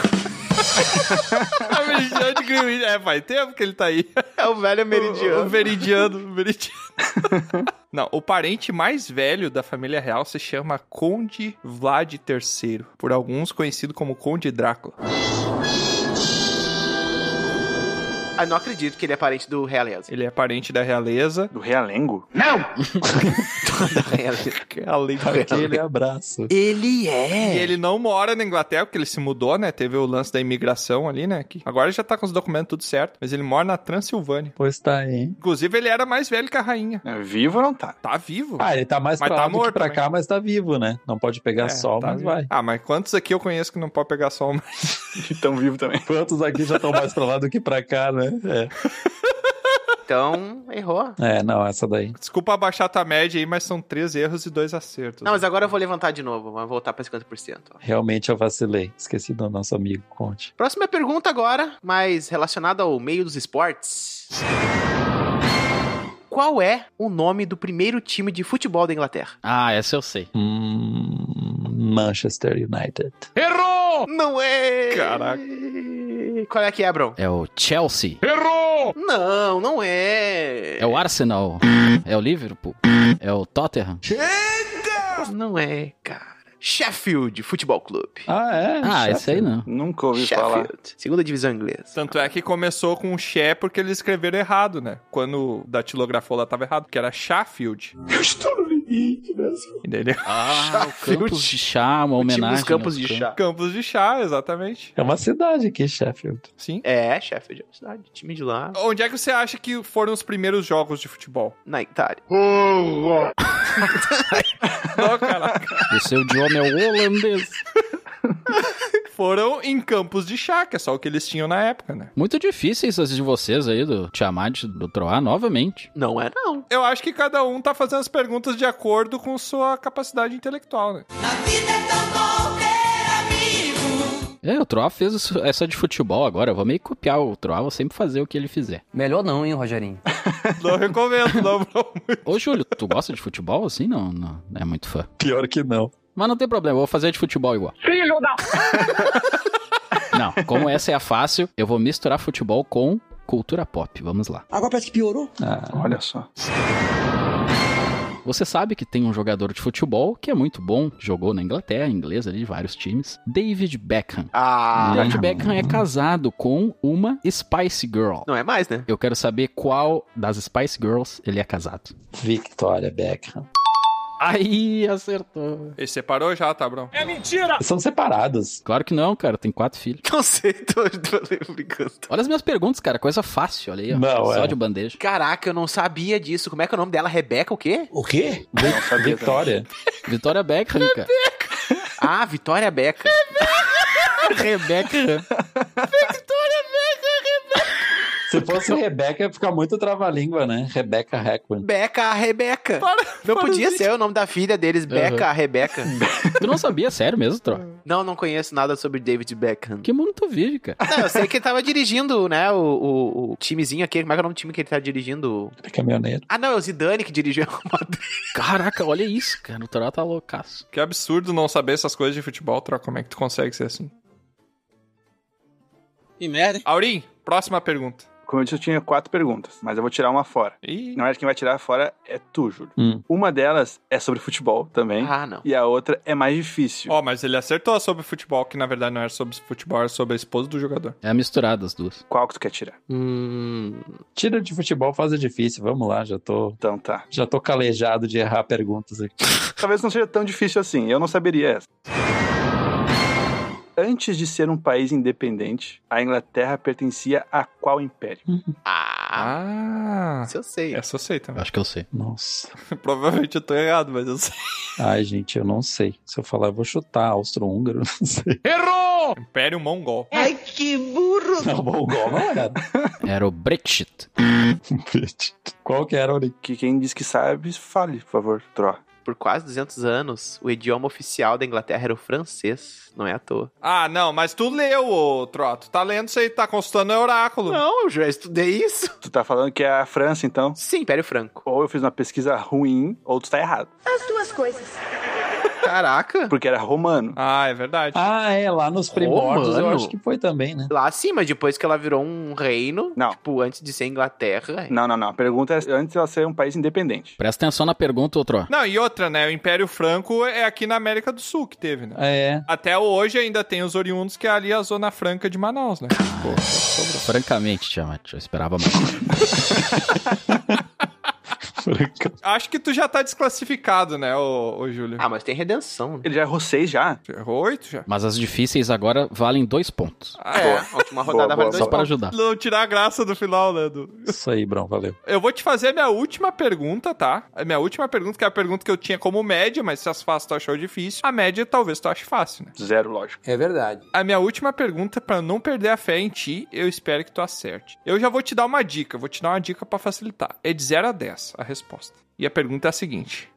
Speaker 1: A Meridiana de Greenwich. É, faz tempo que ele tá aí.
Speaker 4: É o velho
Speaker 1: O, o
Speaker 4: meridiano.
Speaker 1: Veridiano. o Veridiano. Não, o parente mais velho da família real se chama Conde Vlad III. Por alguns conhecido como Conde Drácula.
Speaker 4: Ah, não acredito que ele é parente do Hellias.
Speaker 1: Ele é parente da realeza.
Speaker 6: Do Realengo?
Speaker 1: Que é a lei do
Speaker 2: Aquele abraço.
Speaker 4: Ele é.
Speaker 1: E ele não mora na Inglaterra, porque ele se mudou, né? Teve o lance da imigração ali, né? Que agora ele já tá com os documentos tudo certo, mas ele mora na Transilvânia.
Speaker 2: Pois tá aí, hein?
Speaker 1: Inclusive, ele era mais velho que a rainha.
Speaker 6: É, vivo ou não tá?
Speaker 1: Tá vivo.
Speaker 2: Ah, ele tá mais
Speaker 1: Mas
Speaker 2: pra
Speaker 1: tá
Speaker 2: lá do que
Speaker 1: morto
Speaker 2: pra
Speaker 1: também.
Speaker 2: cá, mas tá vivo, né? Não pode pegar
Speaker 1: É,
Speaker 2: sol,
Speaker 1: tá
Speaker 2: mas
Speaker 1: vivo.
Speaker 2: vai.
Speaker 1: Ah, mas quantos aqui eu conheço que não pode pegar sol mais?
Speaker 6: Tão vivo também.
Speaker 2: Quantos aqui já estão mais pra lá do que pra cá, né?
Speaker 4: Então, errou.
Speaker 2: É, é não, essa daí.
Speaker 1: Desculpa abaixar tua média aí, mas são três erros e dois acertos.
Speaker 4: Não, mas agora eu vou levantar de novo. Vamos voltar pra 50%. ó.
Speaker 2: Realmente eu vacilei. Esqueci do nosso amigo Conte.
Speaker 4: Próxima pergunta agora, mas relacionada ao meio dos esportes. Qual é o nome do primeiro time de futebol da Inglaterra?
Speaker 3: Ah, essa eu sei.
Speaker 2: Hum, Manchester United.
Speaker 4: Não é!
Speaker 1: Caraca.
Speaker 4: Qual é que é, Bron?
Speaker 3: É o Chelsea.
Speaker 4: Não, não é.
Speaker 3: É o Arsenal. É o Liverpool. É o Tottenham.
Speaker 4: Não é, cara. Sheffield Futebol Clube.
Speaker 2: Ah, é?
Speaker 3: Ah, esse aí não.
Speaker 6: Nunca ouvi falar.
Speaker 4: Sheffield. Segunda divisão inglesa.
Speaker 1: Tanto é que começou com Xé porque eles escreveram errado, né? Quando o datilografou lá tava errado, que era Sheffield. Eu estou no limite, né, Brasil. E daí ele...
Speaker 3: Ah, o Campos de Chá, uma
Speaker 4: O time
Speaker 3: homenagem.
Speaker 4: dos Campos
Speaker 3: aos
Speaker 4: de
Speaker 3: Campos.
Speaker 4: Chá.
Speaker 1: Campos de chá, exatamente.
Speaker 2: É uma cidade aqui, Sheffield.
Speaker 1: Sim.
Speaker 4: É, Sheffield é uma cidade. Time de lá.
Speaker 1: Onde é que você acha que foram os primeiros jogos de futebol?
Speaker 4: Na Itália.
Speaker 1: Não, caraca.
Speaker 3: O seu idioma é o holandês.
Speaker 1: Foram em campos de chá, que é só o que eles tinham na época, né?
Speaker 3: Muito difícil essas de vocês aí, do Tiamat, do Troar, novamente.
Speaker 4: Não é, não.
Speaker 1: Eu acho que cada um tá fazendo as perguntas de acordo com sua capacidade intelectual, né?
Speaker 3: É, o Troar fez isso- essa de futebol agora. Eu vou meio que copiar o Troar, vou sempre fazer o que ele fizer.
Speaker 17: Melhor não, hein, Rogerinho?
Speaker 1: Não recomendo, não, bro.
Speaker 3: Ô, Júlio, tu gosta de futebol? Assim, não, não não é muito fã.
Speaker 2: Pior que não.
Speaker 3: Mas não tem problema, eu vou fazer de futebol igual.
Speaker 7: Filho da
Speaker 3: Não, como essa é a fácil, eu vou misturar futebol com cultura pop. Vamos lá.
Speaker 17: Agora parece que piorou.
Speaker 2: Ah,
Speaker 6: Olha só.
Speaker 3: Você sabe que tem um jogador de futebol que é muito bom, jogou na Inglaterra, inglês ali, vários times, David Beckham.
Speaker 4: Ah.
Speaker 3: David Beckham é casado com uma Spice Girl.
Speaker 4: Não é mais, né?
Speaker 3: Eu quero saber qual das Spice Girls ele é casado.
Speaker 2: Victoria Beckham.
Speaker 3: Aí, acertou.
Speaker 1: Ele separou já, tá, bro?
Speaker 2: São separados.
Speaker 3: Claro que não, cara, tem quatro filhos.
Speaker 4: Não sei, tô, tô brincando.
Speaker 3: Olha as minhas perguntas, cara, coisa fácil, olha aí, ó.
Speaker 2: Não,
Speaker 3: Só
Speaker 2: é.
Speaker 3: de bandeja.
Speaker 4: Caraca, eu não sabia disso. Como é que é o nome dela? Rebeca o quê?
Speaker 14: O quê?
Speaker 6: Não sabia.
Speaker 2: Victoria.
Speaker 3: Vitória Beckham, cara.
Speaker 4: Ah, Vitória Beca.
Speaker 3: Rebeca.
Speaker 2: Se fosse Rebeca, ia ficar muito trava-língua, né? Rebeca Hackman.
Speaker 4: Beca, Rebeca. não
Speaker 2: para,
Speaker 4: podia
Speaker 2: gente.
Speaker 4: ser o nome da filha deles, Beca,
Speaker 3: Aham.
Speaker 4: Rebeca.
Speaker 3: Tu não sabia, sério mesmo, Tro?
Speaker 4: Não, não conheço nada sobre David Beckham.
Speaker 3: Que mundo tu vive, cara?
Speaker 4: Não, eu sei que ele tava dirigindo, né, o, o- o timezinho aqui. Como é que é o nome do time que ele tá dirigindo?
Speaker 2: Caminhoneiro.
Speaker 4: Ah, não, é o Zidane que dirigiu.
Speaker 3: Caraca, olha isso, cara. O Tro tá loucaço.
Speaker 1: Que absurdo não saber essas coisas de futebol, troca. Como é que tu consegue ser assim?
Speaker 17: Que merda, hein?
Speaker 1: Aurim, próxima pergunta.
Speaker 6: Como eu disse, eu tinha quatro perguntas, mas eu vou tirar uma fora.
Speaker 1: Ih.
Speaker 6: Na verdade, quem vai tirar fora é tu, Júlio.
Speaker 2: Hum.
Speaker 6: Uma delas é sobre futebol também.
Speaker 4: Ah, não.
Speaker 6: E a outra é mais difícil.
Speaker 1: Ó, mas ele acertou sobre futebol, que na verdade não era sobre futebol, era sobre a esposa do jogador.
Speaker 3: É a misturada as duas.
Speaker 6: Qual que tu quer tirar?
Speaker 2: Tira de futebol, faz é difícil. Vamos lá, já tô.
Speaker 6: Então tá.
Speaker 2: Já tô calejado de errar perguntas aqui.
Speaker 6: Talvez não seja tão difícil assim, eu não saberia essa. Antes de ser um país independente, a Inglaterra pertencia a qual império?
Speaker 1: Hum. Ah,
Speaker 4: Isso eu sei.
Speaker 1: Essa eu sei também.
Speaker 3: Acho que eu sei.
Speaker 2: Nossa.
Speaker 1: Provavelmente eu tô errado, mas eu sei.
Speaker 2: Ai, gente, eu não sei. Se eu falar, eu vou chutar austro-húngaro, não sei.
Speaker 1: Errou! Ah. Império Mongol.
Speaker 16: Ai, que burro!
Speaker 2: Não, Mongol não era.
Speaker 3: Era o Brexit.
Speaker 2: Qual que era, Ori?
Speaker 6: Que quem diz que sabe, fale, por favor, Tro.
Speaker 4: Por quase 200 anos, o idioma oficial da Inglaterra era o francês. Não é à toa.
Speaker 1: Ah, não, mas tu leu, ô, Tro. Tu tá lendo isso aí, tá consultando o oráculo.
Speaker 4: Não, eu já estudei isso.
Speaker 6: Tu tá falando que é a França, então?
Speaker 4: Sim, Império Franco.
Speaker 6: Ou eu fiz uma pesquisa ruim, ou tu tá errado.
Speaker 16: As duas coisas.
Speaker 4: Caraca.
Speaker 6: Porque era romano.
Speaker 1: Ah, é verdade.
Speaker 2: Ah, é, lá nos primórdios eu
Speaker 4: Romano?
Speaker 2: acho que foi também, né?
Speaker 4: Lá sim, mas depois que ela virou um reino,
Speaker 6: Não.
Speaker 4: tipo, antes de ser Inglaterra.
Speaker 6: Não, não, não. A pergunta é antes de ela ser um país independente.
Speaker 3: Presta atenção na pergunta, ô Tro.
Speaker 1: Não, e outra, né? O Império Franco é aqui na América do Sul que teve, né?
Speaker 2: É.
Speaker 1: Até hoje ainda tem os oriundos que é ali a Zona Franca de Manaus, né?
Speaker 3: Francamente, Tiamat, eu esperava mais.
Speaker 1: Acho que tu já tá desclassificado, né, ô, ô Júlio?
Speaker 4: Ah, mas tem redenção, né?
Speaker 6: Ele já errou seis já?
Speaker 1: Errou oito já.
Speaker 3: Mas as difíceis agora valem dois pontos.
Speaker 1: Ah,
Speaker 4: É,
Speaker 1: é.
Speaker 4: a última rodada
Speaker 6: Boa, boa,
Speaker 4: vale dois
Speaker 3: Só para
Speaker 4: pontos.
Speaker 3: ajudar.
Speaker 1: Não tirar a graça do final, né? do-
Speaker 2: Isso aí, Brão, valeu.
Speaker 1: Eu vou te fazer a minha última pergunta, tá? A minha última pergunta, que é a pergunta que eu tinha como média, mas se as fáceis tu achou difícil, a média talvez tu ache fácil, né?
Speaker 6: Zero, lógico.
Speaker 13: É verdade.
Speaker 1: A minha última pergunta, pra não perder a fé em ti, eu espero que tu acerte. Eu já vou te dar uma dica, vou te dar uma dica pra facilitar. É de 0 a 10 a resposta. E a pergunta é a seguinte: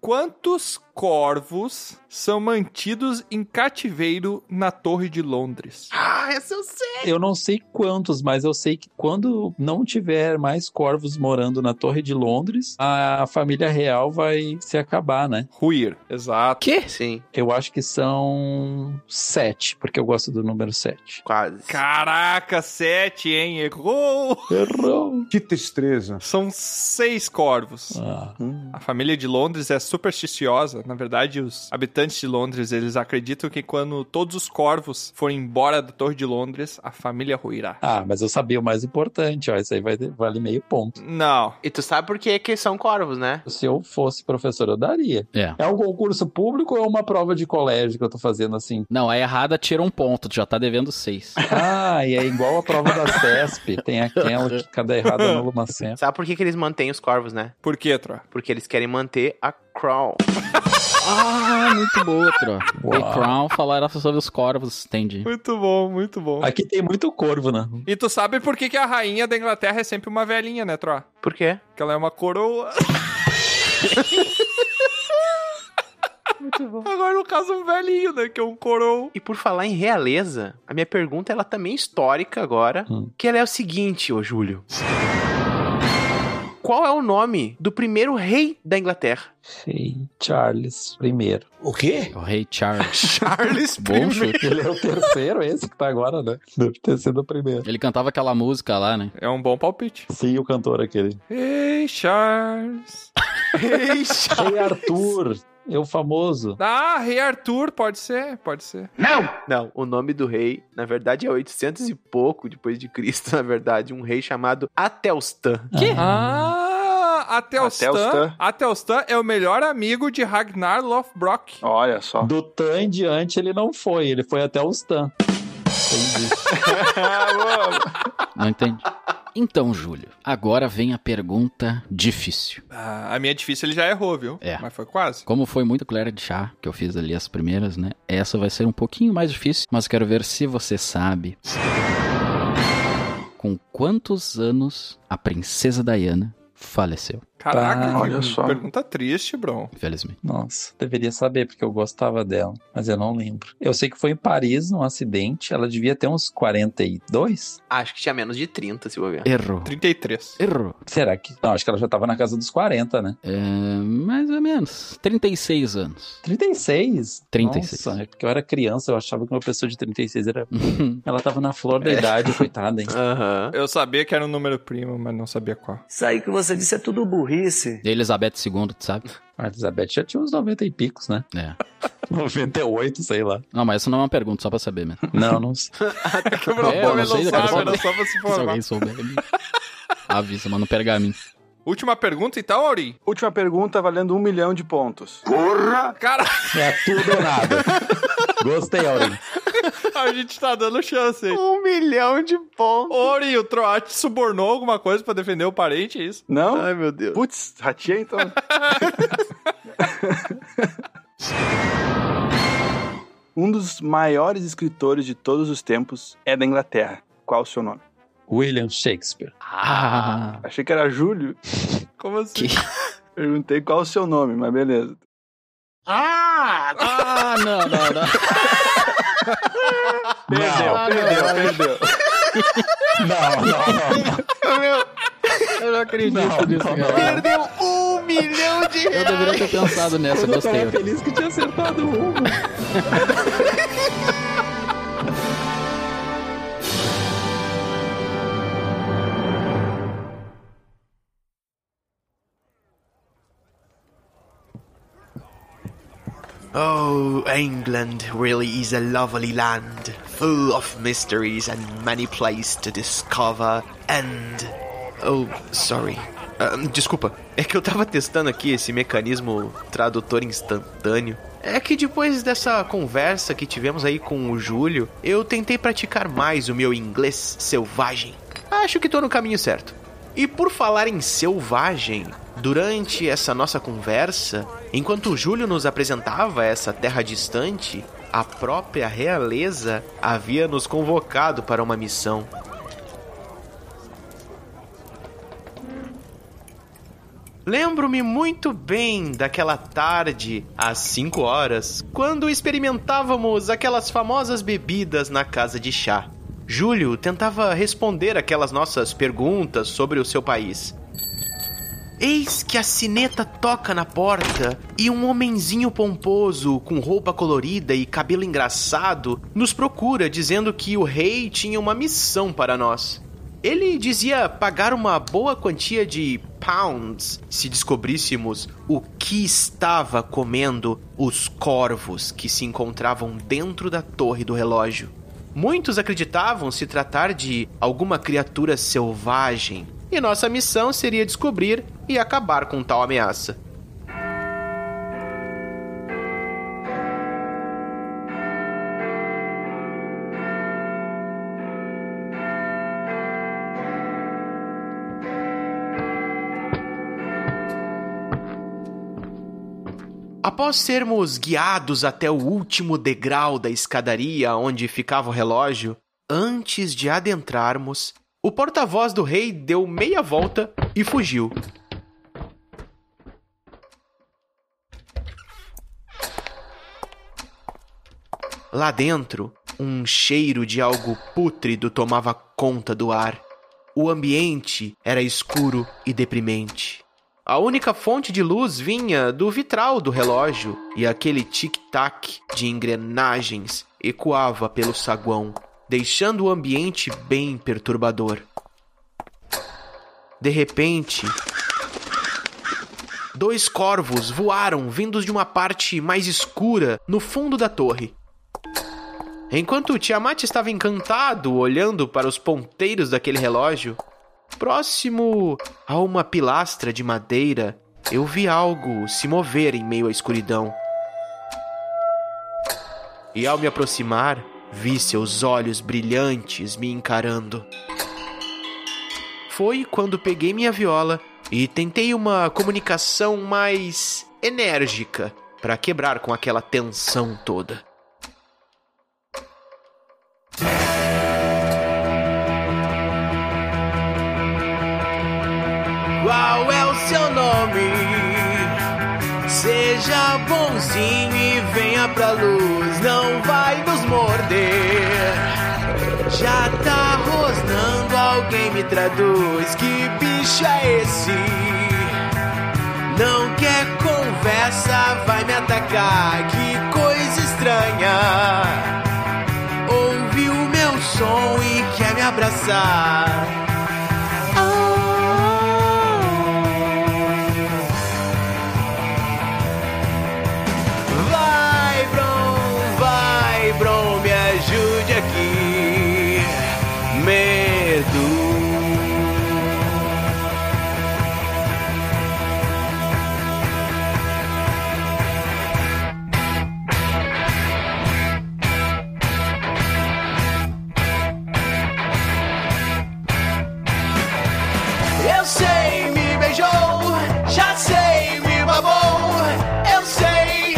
Speaker 1: Quantos corvos são mantidos em cativeiro na Torre de Londres?
Speaker 4: Ah, essa eu sei.
Speaker 2: Eu não sei quantos, mas eu sei que quando não tiver mais corvos morando na Torre de Londres, a família real vai se acabar, né?
Speaker 1: Ruir. Exato.
Speaker 3: Que?
Speaker 4: Sim,
Speaker 2: Eu acho que são sete, porque eu gosto do número sete.
Speaker 4: quase.
Speaker 1: Caraca, 7, hein? Errou!
Speaker 2: Errou!
Speaker 14: Que tristeza.
Speaker 1: São seis corvos.
Speaker 2: Ah,
Speaker 1: A família de Londres é supersticiosa. Na verdade, os habitantes de Londres, eles acreditam que quando todos os corvos forem embora da Torre de Londres, a família ruirá.
Speaker 2: Ah, mas eu sabia o mais importante, ó. Isso aí vai, vale meio ponto.
Speaker 1: Não.
Speaker 4: E tu sabe por que, que são corvos, né?
Speaker 2: Se eu fosse professor, eu daria.
Speaker 3: É.
Speaker 2: É um concurso público ou é uma prova de colégio que eu tô fazendo assim?
Speaker 3: Não, a errada tira um ponto, tu já tá devendo seis.
Speaker 2: Ah, e é igual a prova da CESP. Tem aquela que cada errada anula uma senha.
Speaker 4: Sabe por que, que eles mantêm os corvos, né?
Speaker 1: Por quê, Tro?
Speaker 4: Porque eles querem manter a crown.
Speaker 3: Ah, muito boa, Tro.
Speaker 2: Uau.
Speaker 3: The Crown falaram sobre os corvos, entendi.
Speaker 1: Muito bom, muito bom.
Speaker 2: Aqui tem muito corvo, né?
Speaker 1: E tu sabe por que, que a rainha da Inglaterra é sempre uma velhinha, né, Tro?
Speaker 4: Por quê?
Speaker 1: Que ela é uma coroa. Muito bom. Agora, no caso, um velhinho, né? Que é um coroa.
Speaker 4: E por falar em realeza, a minha pergunta ela também é histórica agora,
Speaker 2: Hum.
Speaker 4: que ela é o seguinte, ô Júlio. Qual é o nome do primeiro rei da Inglaterra?
Speaker 2: Rei Charles I.
Speaker 14: O quê?
Speaker 3: O Rei Charles.
Speaker 4: Charles
Speaker 3: Bom chute.
Speaker 2: Ele é o terceiro, esse que tá agora, né? Deve ter sido o primeiro.
Speaker 3: Ele cantava aquela música lá, né?
Speaker 1: É um bom palpite.
Speaker 2: Sim, o cantor aquele.
Speaker 1: Ei, Charles.
Speaker 4: Rei Charles.
Speaker 2: Rei Arthur, é o famoso.
Speaker 1: Ah, Rei Arthur, pode ser, pode ser.
Speaker 4: Não, o nome do rei, na verdade, é 800 e pouco depois de Cristo, na verdade, um rei chamado Atelstan.
Speaker 2: Que?
Speaker 3: Uhum.
Speaker 1: Ah, Atelstan.
Speaker 6: Atelstan.
Speaker 1: Atelstan é o melhor amigo de Ragnar Lothbrok.
Speaker 6: Olha só.
Speaker 2: Do Tan em diante ele não foi, ele foi até os Tan. Entendi.
Speaker 3: Não entendi. Então, Júlio, agora vem a pergunta difícil.
Speaker 1: Ah, a minha difícil ele já errou, viu?
Speaker 3: É.
Speaker 1: Mas foi quase.
Speaker 3: Como foi muita colher de chá que eu fiz ali as primeiras, né? Essa vai ser um pouquinho mais difícil, mas quero ver se você sabe. Com quantos anos a princesa Diana faleceu?
Speaker 1: Caraca,
Speaker 2: Ah,
Speaker 1: que
Speaker 2: olha só.
Speaker 1: pergunta triste, bro.
Speaker 3: Infelizmente.
Speaker 2: Nossa, deveria saber, porque eu gostava dela, mas eu não lembro. Eu sei que foi em Paris, num acidente, ela devia ter uns 42?
Speaker 4: Acho que tinha menos de 30, se eu ver.
Speaker 3: Errou.
Speaker 1: 33.
Speaker 3: Errou.
Speaker 2: Será que. Não, acho que ela já tava na casa dos 40, né?
Speaker 3: É, mais ou menos. 36 anos.
Speaker 2: 36?
Speaker 3: 36.
Speaker 2: Nossa, é porque eu era criança, eu achava que uma pessoa de 36 era. ela tava na flor da idade, coitada, hein?
Speaker 1: Eu sabia que era um número primo, mas não sabia qual.
Speaker 3: Isso aí que você disse é tudo burrice. De Elizabeth II, tu sabe?
Speaker 2: A Elizabeth já tinha uns 90 e picos, né?
Speaker 3: É.
Speaker 2: 98, sei lá.
Speaker 3: Não, mas isso não é uma pergunta, só pra saber mesmo.
Speaker 2: Não, não
Speaker 1: Que o Bruno
Speaker 3: É, eu
Speaker 1: não
Speaker 3: não sei, eu
Speaker 1: sabe,
Speaker 3: quero saber.
Speaker 1: era só pra se
Speaker 3: Se
Speaker 1: formar.
Speaker 3: alguém souber, me avisa, manda um pergaminho.
Speaker 1: Última pergunta, então, Aurim?
Speaker 6: Última pergunta valendo um milhão de pontos. Porra!
Speaker 1: Cara,
Speaker 2: É tudo ou nada. Gostei, Aurim.
Speaker 1: a gente tá dando chance aí. Um milhão de pontos. Aurim, o Troate subornou alguma coisa pra defender o parente, é isso?
Speaker 6: Não?
Speaker 4: Ai, meu Deus.
Speaker 6: Putz, rateei então. um dos maiores escritores de todos os tempos é da Inglaterra. Qual o seu nome?
Speaker 2: William Shakespeare.
Speaker 3: Ah!
Speaker 6: Achei que era Júlio.
Speaker 1: Como assim?
Speaker 6: Perguntei qual o seu nome, mas beleza.
Speaker 7: Ah!
Speaker 3: Ah, não, não, não.
Speaker 7: é
Speaker 6: Perdeu, perdeu, perdeu.
Speaker 2: Não, não,
Speaker 4: Meu, eu não acredito nisso, cara. Perdeu um milhão de
Speaker 3: Eu
Speaker 4: reais.
Speaker 3: deveria ter pensado nessa, gostei.
Speaker 2: feliz que tinha acertado uma.
Speaker 4: Oh, England really is a lovely land, full of mysteries and many places to discover and. Oh, sorry. Ah, desculpa, é que eu tava testando aqui esse mecanismo tradutor instantâneo. É que depois dessa conversa que tivemos aí com o Júlio, eu tentei praticar mais o meu inglês selvagem. Acho que tô no caminho certo. E por falar em selvagem, durante essa nossa conversa, enquanto o Júlio nos apresentava essa terra distante, a própria realeza havia nos convocado para uma missão. Lembro-me muito bem daquela tarde, às 5 horas, quando experimentávamos aquelas famosas bebidas na casa de chá. Júlio tentava responder aquelas nossas perguntas sobre o seu país. Eis que a sineta toca na porta e um homenzinho pomposo, com roupa colorida e cabelo engraçado, nos procura dizendo que o rei tinha uma missão para nós. Ele dizia pagar uma boa quantia de pounds se descobríssemos o que estava comendo os corvos que se encontravam dentro da torre do relógio. Muitos acreditavam se tratar de alguma criatura selvagem, e nossa missão seria descobrir e acabar com tal ameaça. Após sermos guiados até o último degrau da escadaria onde ficava o relógio, antes de adentrarmos, o porta-voz do rei deu meia volta e fugiu. Lá dentro, um cheiro de algo pútrido tomava conta do ar. O ambiente era escuro e deprimente. A única fonte de luz vinha do vitral do relógio e aquele tic-tac de engrenagens ecoava pelo saguão, deixando o ambiente bem perturbador. De repente, dois corvos voaram vindos de uma parte mais escura no fundo da torre. Enquanto Tiamat estava encantado olhando para os ponteiros daquele relógio, próximo a uma pilastra de madeira, eu vi algo se mover em meio à escuridão. E ao me aproximar, vi seus olhos brilhantes me encarando. foi quando peguei minha viola e tentei uma comunicação mais enérgica para quebrar com aquela tensão toda. Qual é o seu nome? Seja bonzinho e venha pra luz, não vai nos morder. Já tá rosnando, alguém me traduz. Que bicho é esse? Não quer conversa, vai me atacar. Que coisa estranha. Ouviu meu som e quer me abraçar. Vai, Bron, vai, Bron, me ajude aqui. Medo. Eu sei, me beijou, já sei, me babou, eu sei.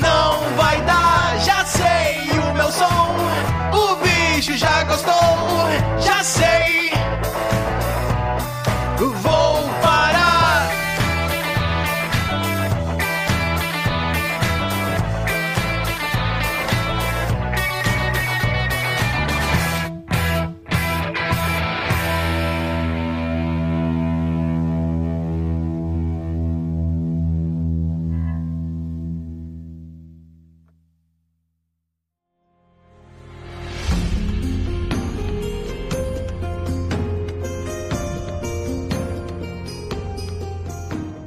Speaker 4: Não vai dar, já sei o meu som, o bicho já gostou, já sei. Vou parar.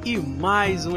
Speaker 17: E mais um